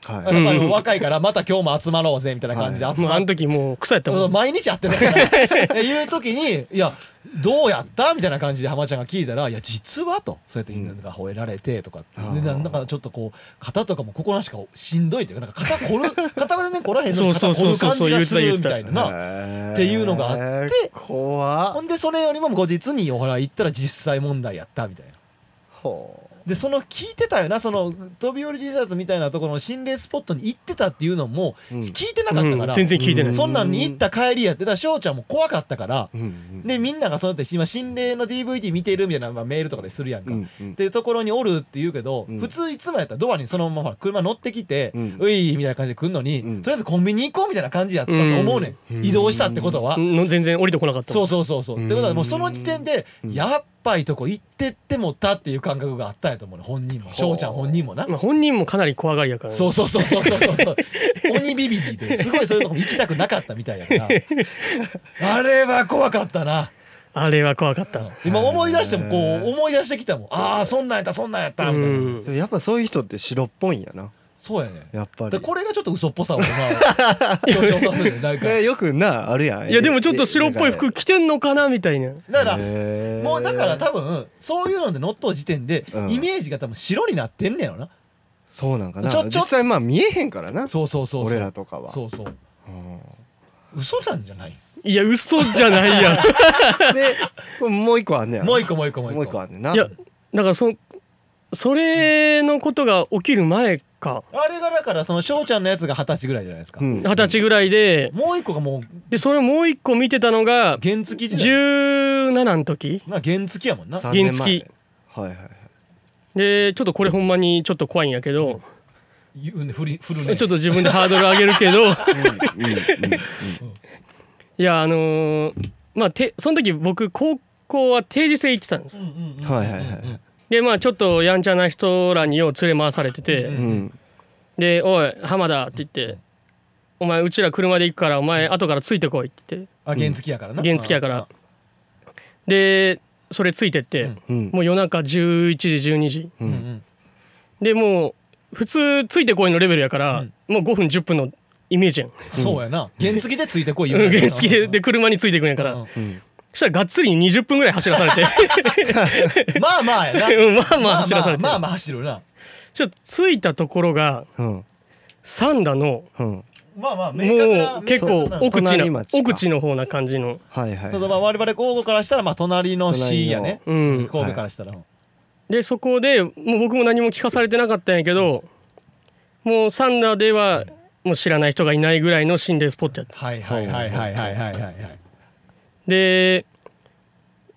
[SPEAKER 2] やっぱり若いからまた今日も集まろうぜみたいな感じで集
[SPEAKER 3] もう
[SPEAKER 2] ま
[SPEAKER 3] あ
[SPEAKER 2] っ
[SPEAKER 3] の時もう草やったもん
[SPEAKER 2] 毎日会ってたから いう時に「いやどうやった?」みたいな感じで浜ちゃんが聞いたら「いや実は」とそうやって犬が吠えられてとか、
[SPEAKER 1] うん
[SPEAKER 2] でななんかちょっとこう肩とかもここなしかしんどいというかなんか肩こる 肩までねこらへんのに
[SPEAKER 3] そ
[SPEAKER 2] 肩
[SPEAKER 3] うそ
[SPEAKER 2] こ
[SPEAKER 3] う
[SPEAKER 2] る
[SPEAKER 3] そう
[SPEAKER 2] 感
[SPEAKER 3] そう
[SPEAKER 2] じがする
[SPEAKER 3] 言っ
[SPEAKER 2] み
[SPEAKER 3] てた
[SPEAKER 2] た
[SPEAKER 3] 言
[SPEAKER 2] い
[SPEAKER 3] っ
[SPEAKER 2] な。
[SPEAKER 1] へー
[SPEAKER 2] っていうのがあって
[SPEAKER 1] 怖
[SPEAKER 2] ほ
[SPEAKER 1] っ
[SPEAKER 2] んでそれよりも後日にお祓い行ったら実際問題やったみたいな。
[SPEAKER 1] ほ
[SPEAKER 2] でその聞いてたよなその飛び降り自殺みたいなところの心霊スポットに行ってたっていうのも
[SPEAKER 1] ううん
[SPEAKER 2] 聞いてなかったから、
[SPEAKER 3] うん全然聞いてない
[SPEAKER 2] そんなんに行った帰りやってた翔ちゃんも怖かったから
[SPEAKER 1] うんうん
[SPEAKER 2] でみんながそうやって今心霊の DVD 見てるみたいな、まあ、メールとかでするやんか。
[SPEAKER 1] う
[SPEAKER 2] っ
[SPEAKER 1] んうん
[SPEAKER 2] ていうところにおるって言うけど、
[SPEAKER 1] うん
[SPEAKER 2] 普通いつもやったらドアにそのままほら車乗ってきて「
[SPEAKER 1] う
[SPEAKER 2] うんい」みたいな感じで来んのに、
[SPEAKER 1] うん
[SPEAKER 2] とりあえずコンビニ行こうみたいな感じやったと思うね
[SPEAKER 1] う
[SPEAKER 2] ん、
[SPEAKER 1] ん
[SPEAKER 2] 移動したってことは、
[SPEAKER 3] の全然降りてこなかった
[SPEAKER 2] そううそうそうそう。
[SPEAKER 1] う
[SPEAKER 2] っ
[SPEAKER 1] ん
[SPEAKER 2] てことはもうその時点で、
[SPEAKER 1] うん
[SPEAKER 2] やっぱいとこ行ってってもたっていう感覚があったんやと思うね本人も
[SPEAKER 1] ほう
[SPEAKER 2] 翔ちゃん本人もな。
[SPEAKER 3] まあ、本人もかなり怖がりやからね、
[SPEAKER 2] そうそうそうそうそうそうそう鬼ビビリですごいそういうとこも行きたくなかったみたいやから あれは怖かったな
[SPEAKER 3] あれは怖かった
[SPEAKER 2] 今思い出してもこ
[SPEAKER 1] へー
[SPEAKER 2] う思い出してきたもんああそんなんやったそんなんやった
[SPEAKER 3] う
[SPEAKER 2] みたいなん
[SPEAKER 1] でもやっぱそういう人って白っぽいんやな
[SPEAKER 2] そうやね
[SPEAKER 1] やっぱ
[SPEAKER 2] だから
[SPEAKER 1] り
[SPEAKER 2] これがちょっと嘘っぽさをまあ 強調させてなんか
[SPEAKER 1] えよくなあるやん
[SPEAKER 3] いやでもちょっと白っぽい服着てんのかなみたいな
[SPEAKER 2] だ
[SPEAKER 1] ら
[SPEAKER 2] からもうだから多分そういうので乗っとう時点で
[SPEAKER 1] うん
[SPEAKER 2] イメージが多分白になってんねやろな
[SPEAKER 1] そうなんかな
[SPEAKER 2] ちょちょ
[SPEAKER 1] 実際まあ見えへんからな
[SPEAKER 2] そうそうそうそう
[SPEAKER 1] 俺らとかは
[SPEAKER 2] そうそう
[SPEAKER 1] うん
[SPEAKER 2] 嘘なんじゃない
[SPEAKER 3] いや嘘じゃないやん
[SPEAKER 1] でこれもう一個あんねや
[SPEAKER 2] もう一個もう一個も
[SPEAKER 1] もう
[SPEAKER 2] う
[SPEAKER 1] 一個
[SPEAKER 2] 一個
[SPEAKER 1] あんねんない
[SPEAKER 3] やだからそそれのことが起きる前か
[SPEAKER 2] あれがだからその翔ちゃんのやつが二十歳ぐらいじゃないですか、
[SPEAKER 1] うん
[SPEAKER 3] 二十歳ぐらいで
[SPEAKER 2] もう一個がもう
[SPEAKER 3] でそれをもう一個見てたのが
[SPEAKER 2] 原付き時代
[SPEAKER 3] 17の時
[SPEAKER 2] な原付きやもんな
[SPEAKER 1] 三年前
[SPEAKER 3] 原付
[SPEAKER 1] はいはいはい
[SPEAKER 3] でちょっとこれほんまにちょっと怖いんやけど、
[SPEAKER 2] 言うね振り振るね
[SPEAKER 3] ちょっと自分でハードル上げるけど
[SPEAKER 1] うんうんうん
[SPEAKER 3] いやあのーまあてその時僕高校は定時制行ってたんです
[SPEAKER 2] うんうんうん
[SPEAKER 1] はいはいはい
[SPEAKER 3] でまあちょっとやんちゃな人らによう連れ回されてて、
[SPEAKER 2] うん
[SPEAKER 1] うん
[SPEAKER 3] で「おい浜田」って言って「お前うちら車で行くからお前後からついてこい」って言って
[SPEAKER 2] あ原付きやからな
[SPEAKER 3] 原付やからでそれついてって、
[SPEAKER 2] うん
[SPEAKER 1] うん
[SPEAKER 3] もう夜中11時12時
[SPEAKER 1] う
[SPEAKER 2] うんうんん
[SPEAKER 3] でもう普通ついてこいのレベルやから、
[SPEAKER 2] うん
[SPEAKER 3] もう5分10分のイメージやん
[SPEAKER 2] そうやな原付きでついてこい言う
[SPEAKER 3] うん
[SPEAKER 2] やつな
[SPEAKER 3] 原付でで車についていくんやから、
[SPEAKER 2] う
[SPEAKER 1] う
[SPEAKER 2] ん
[SPEAKER 1] ん
[SPEAKER 3] そしたらがっつりに20分ぐらい走らされて
[SPEAKER 2] まあまあ やな
[SPEAKER 3] うんまあまあ走ら
[SPEAKER 2] ま
[SPEAKER 3] さ
[SPEAKER 2] あ
[SPEAKER 3] れて
[SPEAKER 2] まあまあ走るな
[SPEAKER 3] ちょっと着いたところが
[SPEAKER 1] うん
[SPEAKER 3] 三田の
[SPEAKER 1] うん
[SPEAKER 2] まあまあ
[SPEAKER 3] も
[SPEAKER 2] 明確な
[SPEAKER 3] う結構
[SPEAKER 2] 明確な
[SPEAKER 3] 奥地
[SPEAKER 1] 隣
[SPEAKER 3] な
[SPEAKER 1] 町か
[SPEAKER 3] 奥地の方な感じの
[SPEAKER 1] はいはい
[SPEAKER 2] そのまあ我々交互からしたらまあ隣の市やね
[SPEAKER 3] う
[SPEAKER 2] 神
[SPEAKER 3] ん
[SPEAKER 2] 戸からしたらう
[SPEAKER 3] でそこでもう僕も何も聞かされてなかったんやけどもう三田ではもう知らない人がいないぐらいの心霊スポットやった
[SPEAKER 2] はいはいはいはいはいはいはいはい
[SPEAKER 3] で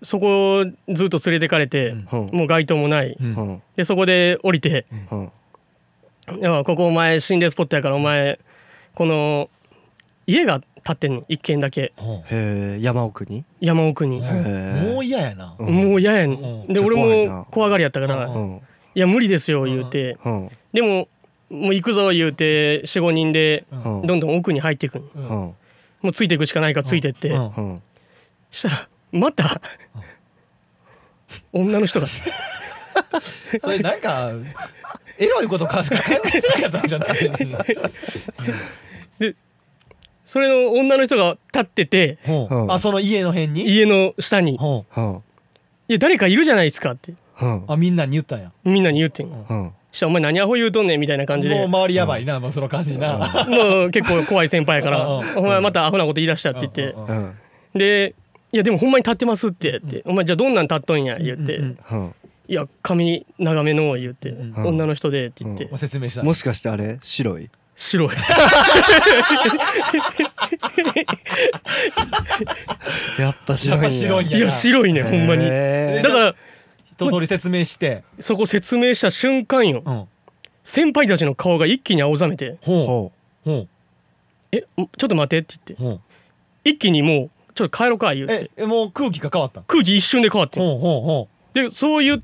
[SPEAKER 3] そこをずっと連れてかれて、
[SPEAKER 2] うん
[SPEAKER 1] うん
[SPEAKER 3] もう街灯もない、
[SPEAKER 2] うん
[SPEAKER 1] うん
[SPEAKER 3] でそこで降りて
[SPEAKER 1] うん
[SPEAKER 3] 「いやここお前心霊スポットやからお前この家が建ってんの一軒だけ
[SPEAKER 2] うん
[SPEAKER 1] へえ山奥に
[SPEAKER 3] 山奥に、
[SPEAKER 1] へー
[SPEAKER 2] もう嫌やな
[SPEAKER 1] う
[SPEAKER 3] もう嫌やね
[SPEAKER 2] うん
[SPEAKER 3] ん、
[SPEAKER 1] めっち
[SPEAKER 3] で
[SPEAKER 1] ゃ
[SPEAKER 3] 俺
[SPEAKER 1] 怖いな
[SPEAKER 3] も怖がりやったから「
[SPEAKER 2] うん
[SPEAKER 1] うん
[SPEAKER 3] いや無理ですよ」言うて、
[SPEAKER 1] うん
[SPEAKER 3] でももう行くぞ言うて45人で
[SPEAKER 2] う
[SPEAKER 1] うん
[SPEAKER 3] どんどん奥に入っていくの
[SPEAKER 2] うん
[SPEAKER 1] う
[SPEAKER 2] うん
[SPEAKER 1] ん
[SPEAKER 3] もうついていくしかないからついてって、
[SPEAKER 2] うん
[SPEAKER 1] うん
[SPEAKER 3] したらま た女の人が
[SPEAKER 2] それなんかエロいことかしか考えてなかったんじゃない
[SPEAKER 3] それの女の人が立ってて
[SPEAKER 1] うん
[SPEAKER 2] あその家の辺に
[SPEAKER 3] 家の下に
[SPEAKER 2] うん
[SPEAKER 3] 「
[SPEAKER 1] うん
[SPEAKER 3] いや誰かいるじゃないですか」って
[SPEAKER 1] うん
[SPEAKER 2] あみんなに言ったんや
[SPEAKER 3] みんなに言ってん
[SPEAKER 2] うん
[SPEAKER 1] うん
[SPEAKER 3] したら「お前何アホ言うとんねん」みたいな感じ
[SPEAKER 2] もう
[SPEAKER 3] でも
[SPEAKER 2] 周りやばいなもうその感じな
[SPEAKER 3] う結構怖い先輩やから
[SPEAKER 2] うん
[SPEAKER 3] 「お前またアホなこと言い出した」って言って
[SPEAKER 2] うんうん
[SPEAKER 1] うん
[SPEAKER 3] で「いやでもほんまに立ってます」って言って「お前じゃあどんなん立っとんや」言って
[SPEAKER 2] うんうん
[SPEAKER 1] うん
[SPEAKER 3] 「いや髪長めの」言って
[SPEAKER 2] うん
[SPEAKER 3] 「女の人で」って言って
[SPEAKER 2] もう説明した
[SPEAKER 1] もしかしてあれ白い
[SPEAKER 3] 「白い」
[SPEAKER 1] やった白いん
[SPEAKER 2] や
[SPEAKER 1] や
[SPEAKER 2] っぱ白いん
[SPEAKER 3] いや白いねほんまに
[SPEAKER 1] へー
[SPEAKER 3] だから
[SPEAKER 2] 一通り説明して
[SPEAKER 3] そこ説明した瞬間よ
[SPEAKER 2] うん
[SPEAKER 3] 先輩たちの顔が一気に青ざめて
[SPEAKER 2] ほ
[SPEAKER 1] ほ
[SPEAKER 2] うほ
[SPEAKER 3] 「えちょっと待て」って言っ
[SPEAKER 2] う
[SPEAKER 3] て
[SPEAKER 2] ほう
[SPEAKER 3] 一気にもう「ちょっと帰ろうか」言って
[SPEAKER 2] えもう空気が変わったん
[SPEAKER 3] 空気一瞬で変わって
[SPEAKER 2] ほうほうほ
[SPEAKER 3] でそう言っ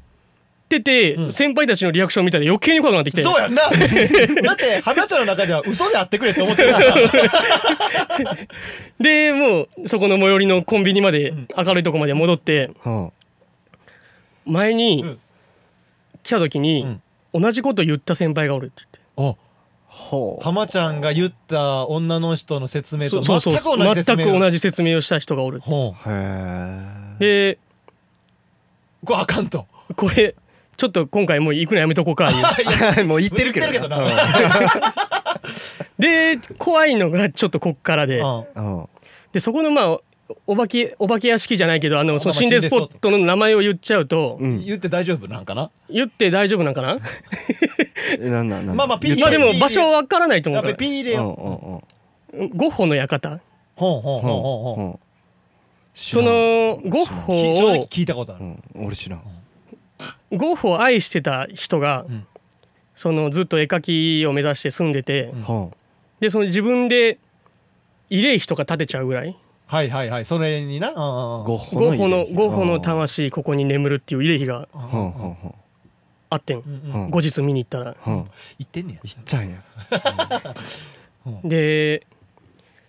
[SPEAKER 3] てて、
[SPEAKER 2] うん
[SPEAKER 3] 先輩たちのリアクション見たら余計に怖くなってき
[SPEAKER 2] う
[SPEAKER 3] て
[SPEAKER 2] そうやんなだって花ちゃんの中では嘘であってくれって思ってるから
[SPEAKER 3] でもうそこの最寄りのコンビニまで、
[SPEAKER 2] ん
[SPEAKER 3] 明るいとこまで戻って
[SPEAKER 1] うほ
[SPEAKER 3] 前に
[SPEAKER 2] うん
[SPEAKER 3] 来た時に、同じこと言った先輩がおるって言って。
[SPEAKER 2] お
[SPEAKER 1] うほ
[SPEAKER 2] 浜ちゃんが言った女の人の説明と
[SPEAKER 3] そ
[SPEAKER 2] 全
[SPEAKER 3] うそう
[SPEAKER 2] く同じ説
[SPEAKER 3] 全
[SPEAKER 2] 明
[SPEAKER 3] く同
[SPEAKER 2] じ
[SPEAKER 3] じ説明をした人がおる
[SPEAKER 2] ほ
[SPEAKER 1] うへえ
[SPEAKER 3] で
[SPEAKER 2] うこれあかんと
[SPEAKER 3] これちょっと今回もう行くのやめとこ うか言 う
[SPEAKER 1] もう言ってるけど
[SPEAKER 2] 言ってるけどな
[SPEAKER 3] で怖いのがちょっとこっからで
[SPEAKER 2] うん
[SPEAKER 1] うん
[SPEAKER 3] でそこのまあお化けお化け屋敷じゃないけどあのその
[SPEAKER 2] まあまあ
[SPEAKER 3] 心霊スポットの名前を言っちゃうと
[SPEAKER 1] うん
[SPEAKER 2] 言って大丈夫なんかな
[SPEAKER 3] 言って大丈夫なんかな
[SPEAKER 1] えなんなんなんなん
[SPEAKER 2] まあまあピー
[SPEAKER 1] 言
[SPEAKER 3] ま
[SPEAKER 1] っ
[SPEAKER 3] あ
[SPEAKER 1] た
[SPEAKER 3] でも場所はわからないと思
[SPEAKER 2] や
[SPEAKER 3] う
[SPEAKER 2] っ
[SPEAKER 3] か
[SPEAKER 2] ぱ
[SPEAKER 3] ら
[SPEAKER 2] りピー入れ
[SPEAKER 1] うん
[SPEAKER 2] よう
[SPEAKER 1] うんうん
[SPEAKER 3] ゴッホの館
[SPEAKER 2] ほうほうほうほう
[SPEAKER 1] う
[SPEAKER 2] ほうん
[SPEAKER 3] その
[SPEAKER 2] き正
[SPEAKER 3] ゴッホ
[SPEAKER 2] 直
[SPEAKER 3] を
[SPEAKER 2] 聞いたことあ
[SPEAKER 1] う
[SPEAKER 2] る
[SPEAKER 1] ん俺知らん
[SPEAKER 3] ゴッホを愛してた人が
[SPEAKER 2] うん
[SPEAKER 3] そのずっと絵描きを目指して住んでて
[SPEAKER 2] うん
[SPEAKER 1] ほ
[SPEAKER 3] でその自分で慰霊碑とか建てちゃうぐらい
[SPEAKER 2] はいはいはいそれになうん
[SPEAKER 1] う
[SPEAKER 2] うん
[SPEAKER 1] ゴッホ
[SPEAKER 3] ゴッホの
[SPEAKER 1] 家
[SPEAKER 3] ゴッホの
[SPEAKER 1] うん
[SPEAKER 3] 魂ここに眠るっていう慰霊碑が
[SPEAKER 2] うん
[SPEAKER 1] ほう
[SPEAKER 2] う
[SPEAKER 1] ほうんほ
[SPEAKER 3] あってん
[SPEAKER 2] うんうん
[SPEAKER 1] うん
[SPEAKER 3] 後日見に行ったら
[SPEAKER 1] うほう
[SPEAKER 2] 言ってんねや
[SPEAKER 1] 行ったんや
[SPEAKER 3] で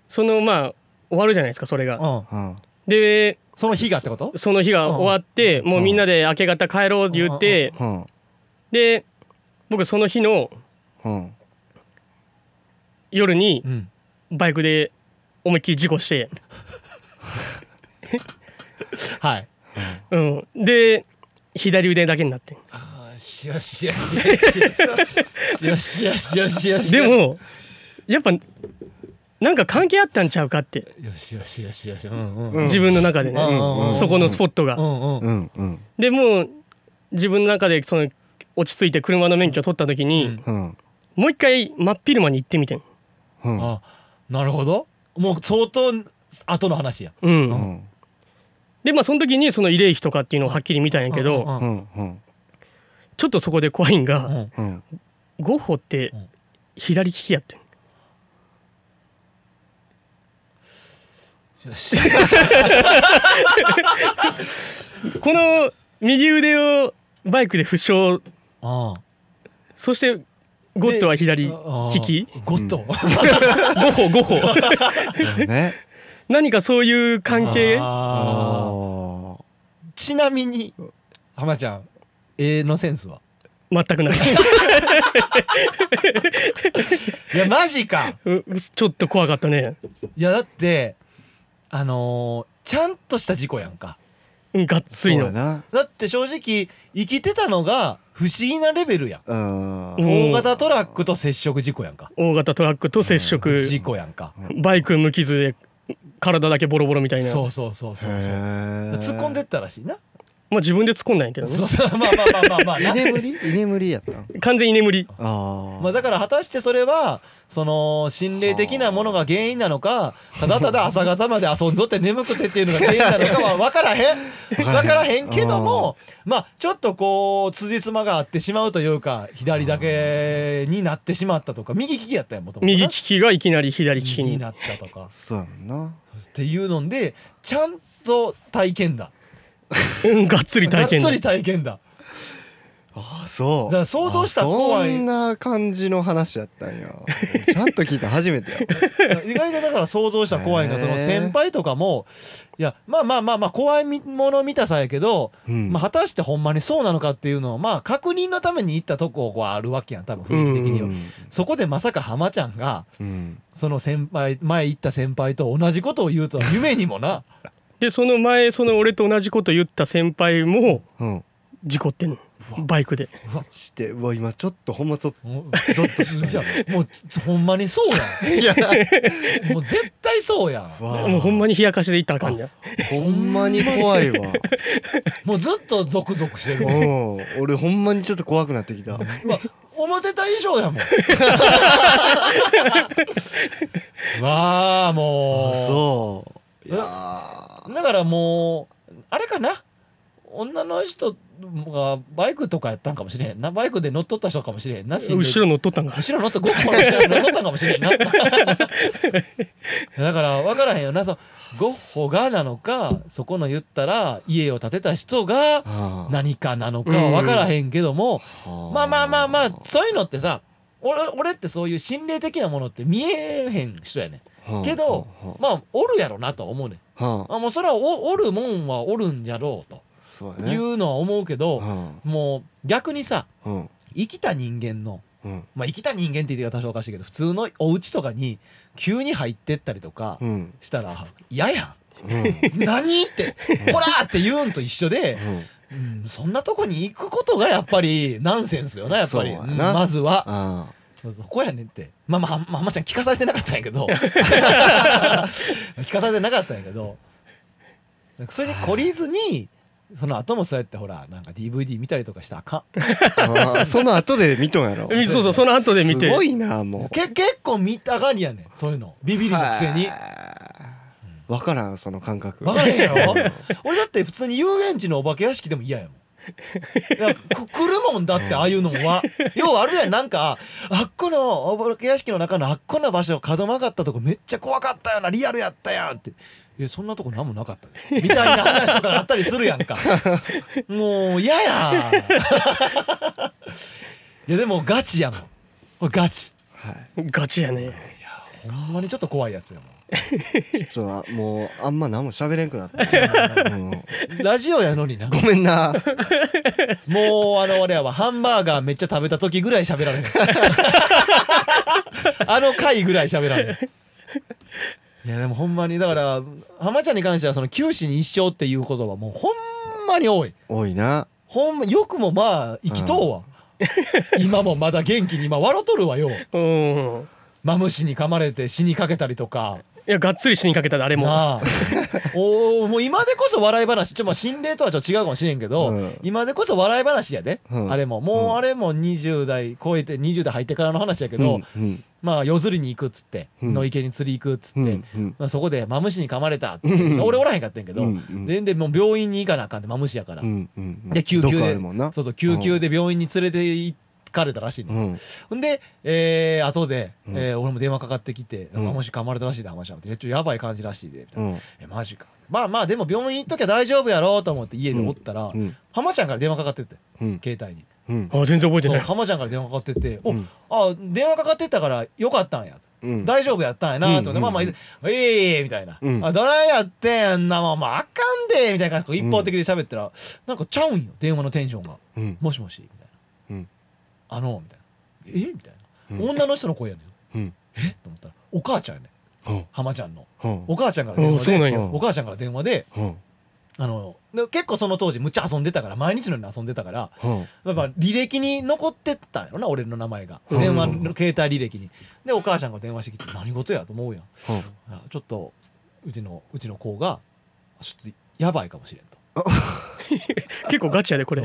[SPEAKER 3] そのまあ終わるじゃないですかそれが。
[SPEAKER 2] うん
[SPEAKER 1] うん
[SPEAKER 3] で
[SPEAKER 2] その日がってこと
[SPEAKER 3] その日が終わってもうみんなで明け方帰ろうって言って
[SPEAKER 1] うん
[SPEAKER 3] で僕その日の
[SPEAKER 1] うん
[SPEAKER 3] 夜に
[SPEAKER 2] うん
[SPEAKER 3] バイクで思いっきり事故して、
[SPEAKER 2] はい
[SPEAKER 3] うん、で左腕だけになって
[SPEAKER 2] あーしよしよしよしよしよしよしよしよしよし
[SPEAKER 3] でもやっぱなんか関係あったんちゃうかって
[SPEAKER 2] よしよしよしよしうんうん
[SPEAKER 1] うん
[SPEAKER 3] 自分の中でね、
[SPEAKER 2] うん
[SPEAKER 1] うん
[SPEAKER 3] そこのスポットが。
[SPEAKER 2] うんうん
[SPEAKER 1] うんうん
[SPEAKER 3] でもう自分の中でその落ち着いて車の免許取った時に、
[SPEAKER 2] うん
[SPEAKER 1] うん
[SPEAKER 3] もう一回真っ昼間に行ってみてん、
[SPEAKER 1] うん
[SPEAKER 2] あなるほどもう相当後の話や
[SPEAKER 3] うん
[SPEAKER 1] うんうん
[SPEAKER 3] でまあその時にその慰霊碑とかっていうのをはっきり見たんやけど、
[SPEAKER 2] うんうん
[SPEAKER 1] う
[SPEAKER 2] うん
[SPEAKER 1] んうん
[SPEAKER 3] ちょっとそこで怖いんが、
[SPEAKER 2] うん
[SPEAKER 1] うん
[SPEAKER 3] ゴッホって
[SPEAKER 2] うん
[SPEAKER 3] 左利きやってん
[SPEAKER 2] よし
[SPEAKER 3] この右腕をバイクで負傷
[SPEAKER 2] あ
[SPEAKER 3] そしてゴッドは左利き
[SPEAKER 2] ゴッド、
[SPEAKER 3] ゴホゴホ
[SPEAKER 1] ね。
[SPEAKER 3] 何かそういう関係
[SPEAKER 2] あー
[SPEAKER 1] あー
[SPEAKER 2] ちなみに浜ちゃん絵のセンスは
[SPEAKER 3] 全くない
[SPEAKER 2] いやマジか
[SPEAKER 3] うちょっと怖かったね
[SPEAKER 2] いやだってあのーちゃんとした事故やんか
[SPEAKER 3] うんがっつ
[SPEAKER 1] そう
[SPEAKER 3] り
[SPEAKER 1] や
[SPEAKER 3] の
[SPEAKER 1] な。
[SPEAKER 2] だって正直生きてたのが不思議なレベルやん
[SPEAKER 1] うん。
[SPEAKER 3] うん
[SPEAKER 2] 大型トラックと接触事故やんか
[SPEAKER 3] 大型トラックと接触
[SPEAKER 2] 事故やんか
[SPEAKER 3] バイク無傷で体だけボロボロみたいな
[SPEAKER 2] そうそうそうそうそう突
[SPEAKER 1] 突
[SPEAKER 2] っ込んでったらしいな
[SPEAKER 3] まあ自分で突っ込んだんやけど
[SPEAKER 2] そ
[SPEAKER 3] ね
[SPEAKER 2] うそう まあまあまあまあまあ
[SPEAKER 1] 居
[SPEAKER 2] な
[SPEAKER 1] 眠り居眠りやったん
[SPEAKER 3] 完全に居眠り
[SPEAKER 1] ああ。
[SPEAKER 2] まあだから果たしてそれはその心霊的なものが原因なのかただただ朝方まで遊んどって眠くてっていうのが原因なのかは分からへん分からへんけどもまあちょっとこう辻褄が合ってしまうというか左だけになってしまったとか右利きやったやんもともとな
[SPEAKER 3] 右利きがいきなり左利
[SPEAKER 2] 右
[SPEAKER 3] き
[SPEAKER 2] に
[SPEAKER 3] に
[SPEAKER 2] なったとか
[SPEAKER 1] そうやんな。
[SPEAKER 2] っていうのでちゃんと体験だ
[SPEAKER 3] うんがっつり
[SPEAKER 2] が
[SPEAKER 3] 体
[SPEAKER 2] っつ
[SPEAKER 3] 験
[SPEAKER 2] り体験だ
[SPEAKER 1] ああそう。
[SPEAKER 2] だから想像した
[SPEAKER 1] あ
[SPEAKER 2] 怖い
[SPEAKER 1] そんな感じの話やったん や。ちゃんと聞いた初めてや。
[SPEAKER 2] 意外とだから想像したら怖いのが
[SPEAKER 1] へ
[SPEAKER 2] そ
[SPEAKER 1] ー
[SPEAKER 2] の先輩とかもいやまあまあまあまあ怖いもの見たさやけど、
[SPEAKER 1] うん
[SPEAKER 2] まあ、果たしてほんまにそうなのかっていうのをまあ確認のために行ったとこはあるわけやん多分雰囲気的には。
[SPEAKER 3] う
[SPEAKER 2] そこでまさか浜ちゃんが
[SPEAKER 1] うん。
[SPEAKER 2] その先輩前行った先輩と同じことを言うとは夢にもな
[SPEAKER 3] でその前その俺と同じこと言った先輩も
[SPEAKER 1] うん。
[SPEAKER 3] 事故ってんのバイクで
[SPEAKER 2] うわ
[SPEAKER 1] して、うわ、今ちょっとほんまちょっと。
[SPEAKER 2] もう
[SPEAKER 1] ゾッとした
[SPEAKER 2] いやもうほんまにそうや
[SPEAKER 1] いや、
[SPEAKER 2] んもう絶対そうやん
[SPEAKER 1] わあ
[SPEAKER 3] もうほんまに冷やかしで行ったらあかんじゃん
[SPEAKER 1] ほんまに怖いわ。
[SPEAKER 2] もうずっとゾクゾクしてる
[SPEAKER 1] う
[SPEAKER 2] わ
[SPEAKER 1] ん。俺ほんまにちょっと怖くなってきた。
[SPEAKER 2] うわ思ってた以上やもん わあも
[SPEAKER 1] あ
[SPEAKER 2] う
[SPEAKER 1] そう。い
[SPEAKER 2] え
[SPEAKER 1] やー。
[SPEAKER 2] だからもうあれかな女の人がバイクとかやったんかもしれへんなバイクで乗っとった人かもしれへんな後
[SPEAKER 3] 後ろ乗っとったんか
[SPEAKER 2] 後ろ乗ってゴッホの後ろに乗っとったんかもしれへん なだから分からへんよなそのゴッホがなのかそこの言ったら家を建てた人が
[SPEAKER 1] あ
[SPEAKER 2] 何かなのかは分からへんけども、
[SPEAKER 1] ー
[SPEAKER 2] まあまあまあまあそういうのってさ俺俺ってそういう心霊的なものって見えへん人やねん
[SPEAKER 1] はあ
[SPEAKER 2] けどまあおるやろなとは思うねん
[SPEAKER 1] はあはあ
[SPEAKER 2] あもうそれはおおるもんはおるんじゃろうと
[SPEAKER 1] そうや
[SPEAKER 2] い
[SPEAKER 1] ね
[SPEAKER 2] うのは思うけど
[SPEAKER 1] うん
[SPEAKER 2] もう逆にさ
[SPEAKER 1] うん
[SPEAKER 2] 生きた人間の
[SPEAKER 1] うん
[SPEAKER 2] まあ生きた人間って言って多少おかしいけど普通のお家とかに急に入ってったりとか
[SPEAKER 1] うん
[SPEAKER 2] したら嫌や
[SPEAKER 1] うんうん
[SPEAKER 2] ん 何ってほらーって言うんと一緒でうんそんなとこに行くことがやっぱりナンセンスよなやっぱり
[SPEAKER 1] そうや
[SPEAKER 2] うん
[SPEAKER 1] な
[SPEAKER 2] まずは
[SPEAKER 1] あ
[SPEAKER 2] そうそこやねんってまあまあまあまあまちゃん聞かされてなかったんやけど 聞かされてなかったんやけどなんかそれに懲りずにその後もそうやってほらなんか DVD 見たりとかしたらあかん
[SPEAKER 1] あーその後で見とんや ろ
[SPEAKER 3] らそうそうその後で見て
[SPEAKER 1] すごいなも
[SPEAKER 2] け結構見たがりやねんそういうのビビ
[SPEAKER 1] う
[SPEAKER 2] りのくせに
[SPEAKER 1] 分からんその感 覚
[SPEAKER 2] 分からへんやろ俺だって普通に遊園地のお化け屋敷でも嫌やもんなんかく来るもんだってああいうのはようあるやんなんかあっこのお化け屋敷の中のあっこの場所角曲がったとこめっちゃ怖かったよなリアルやったやんってえそんなとこ何もなかったねみたいな話とかがあったりするやんかもう嫌やいやでもガチやもんこれガチ
[SPEAKER 1] はい
[SPEAKER 3] ガチやね
[SPEAKER 2] ほんまにちょっと怖いやつやもん
[SPEAKER 1] ちょっともうあんま何も喋れんくなった、うん
[SPEAKER 2] ラジオやのにな
[SPEAKER 1] ごめんな
[SPEAKER 2] もうあの俺らはハンバーガーめっちゃ食べた時ぐらい喋られへんあの回ぐらい喋られへんいやでもほんまにだから浜ちゃんに関してはその九死に一生っていう言葉もうほんまに多い
[SPEAKER 1] 多いな
[SPEAKER 2] ほんまよくもまあ生きとうわ、今もまだ元気に今笑とるわよ
[SPEAKER 3] うん
[SPEAKER 2] マムシに噛まれて死にかけたりとか
[SPEAKER 3] いやがっつり死にかけたであれも
[SPEAKER 2] なあおーもう今でこそ笑い話ちょっとまあ心霊とはちょっと違うかもしれんけど、
[SPEAKER 1] うん
[SPEAKER 2] 今でこそ笑い話やで、
[SPEAKER 1] うん
[SPEAKER 2] あれももううんあれも20代超えて20代入ってからの話やけど、
[SPEAKER 1] うんうん
[SPEAKER 2] まあ夜釣りに行くっつって、
[SPEAKER 1] うん
[SPEAKER 2] 野池に釣り行くっつって、
[SPEAKER 1] うんうん
[SPEAKER 2] まあ、そこでマムシに噛まれたって、
[SPEAKER 1] うん
[SPEAKER 2] 俺おらへんかったんやけど、
[SPEAKER 1] うんうん
[SPEAKER 2] ででもう病院に行かなあかんってマムシやから、
[SPEAKER 1] うんうん
[SPEAKER 2] で救急で
[SPEAKER 1] 毒あるもんな
[SPEAKER 2] そうそう救急で病院に連れて行かれたらしいの、
[SPEAKER 1] うん
[SPEAKER 2] ほんで、えー、後で、
[SPEAKER 1] うん
[SPEAKER 2] えー俺も電話かかってきて「
[SPEAKER 1] うん
[SPEAKER 2] マムシ噛まれたらしいで浜ちゃん」って「いやちょっとやばい感じらしいで」みたいな
[SPEAKER 1] うん
[SPEAKER 2] えマジかまあまあでも病院行っときゃ大丈夫やろうと思って家でおったら、
[SPEAKER 1] うん
[SPEAKER 2] 浜ちゃんから電話かかってって
[SPEAKER 1] うん
[SPEAKER 2] 携帯に「
[SPEAKER 1] うん
[SPEAKER 3] あ全然覚えて
[SPEAKER 2] そう
[SPEAKER 3] ないわ
[SPEAKER 2] 浜ちゃんから電話かかってって「お、
[SPEAKER 1] うん
[SPEAKER 2] あ電話かかってったからよかったんや」
[SPEAKER 1] うん
[SPEAKER 2] 大丈夫やったんやなと思って、
[SPEAKER 1] うん
[SPEAKER 2] まあまあ「ええみたいな「
[SPEAKER 1] うん
[SPEAKER 2] あどないやってんやんなまあまああかんで」みたいな感じで一方的で喋ったら、なんかちゃうんよ電話のテンションが
[SPEAKER 1] うん
[SPEAKER 2] 「もしもし」みたいな「
[SPEAKER 1] うん
[SPEAKER 2] あの」みたいな「えみたいな、
[SPEAKER 1] うん
[SPEAKER 2] 女の人の声やねん
[SPEAKER 1] うん
[SPEAKER 2] えと思ったら「お母ちゃんやねん
[SPEAKER 1] ほう
[SPEAKER 2] 浜ちゃんの
[SPEAKER 1] ほう
[SPEAKER 2] お母ちゃんから電
[SPEAKER 3] お
[SPEAKER 2] 話
[SPEAKER 3] そう
[SPEAKER 2] で
[SPEAKER 3] なんや
[SPEAKER 1] うん
[SPEAKER 2] お母ちゃんから電話で
[SPEAKER 1] ほう
[SPEAKER 2] あので結構その当時むっちゃ遊んでたから毎日のように遊んでたから
[SPEAKER 1] ほ
[SPEAKER 2] やっぱ履歴に残ってったんやろな俺の名前が
[SPEAKER 1] うん
[SPEAKER 2] 電話の携帯履歴にでお母ちゃんが電話してきて何事やと思うやん
[SPEAKER 1] うほう
[SPEAKER 2] あちょっとうちのうちの子がちょっとやばいかもしれんと
[SPEAKER 3] 結構ガチやで これ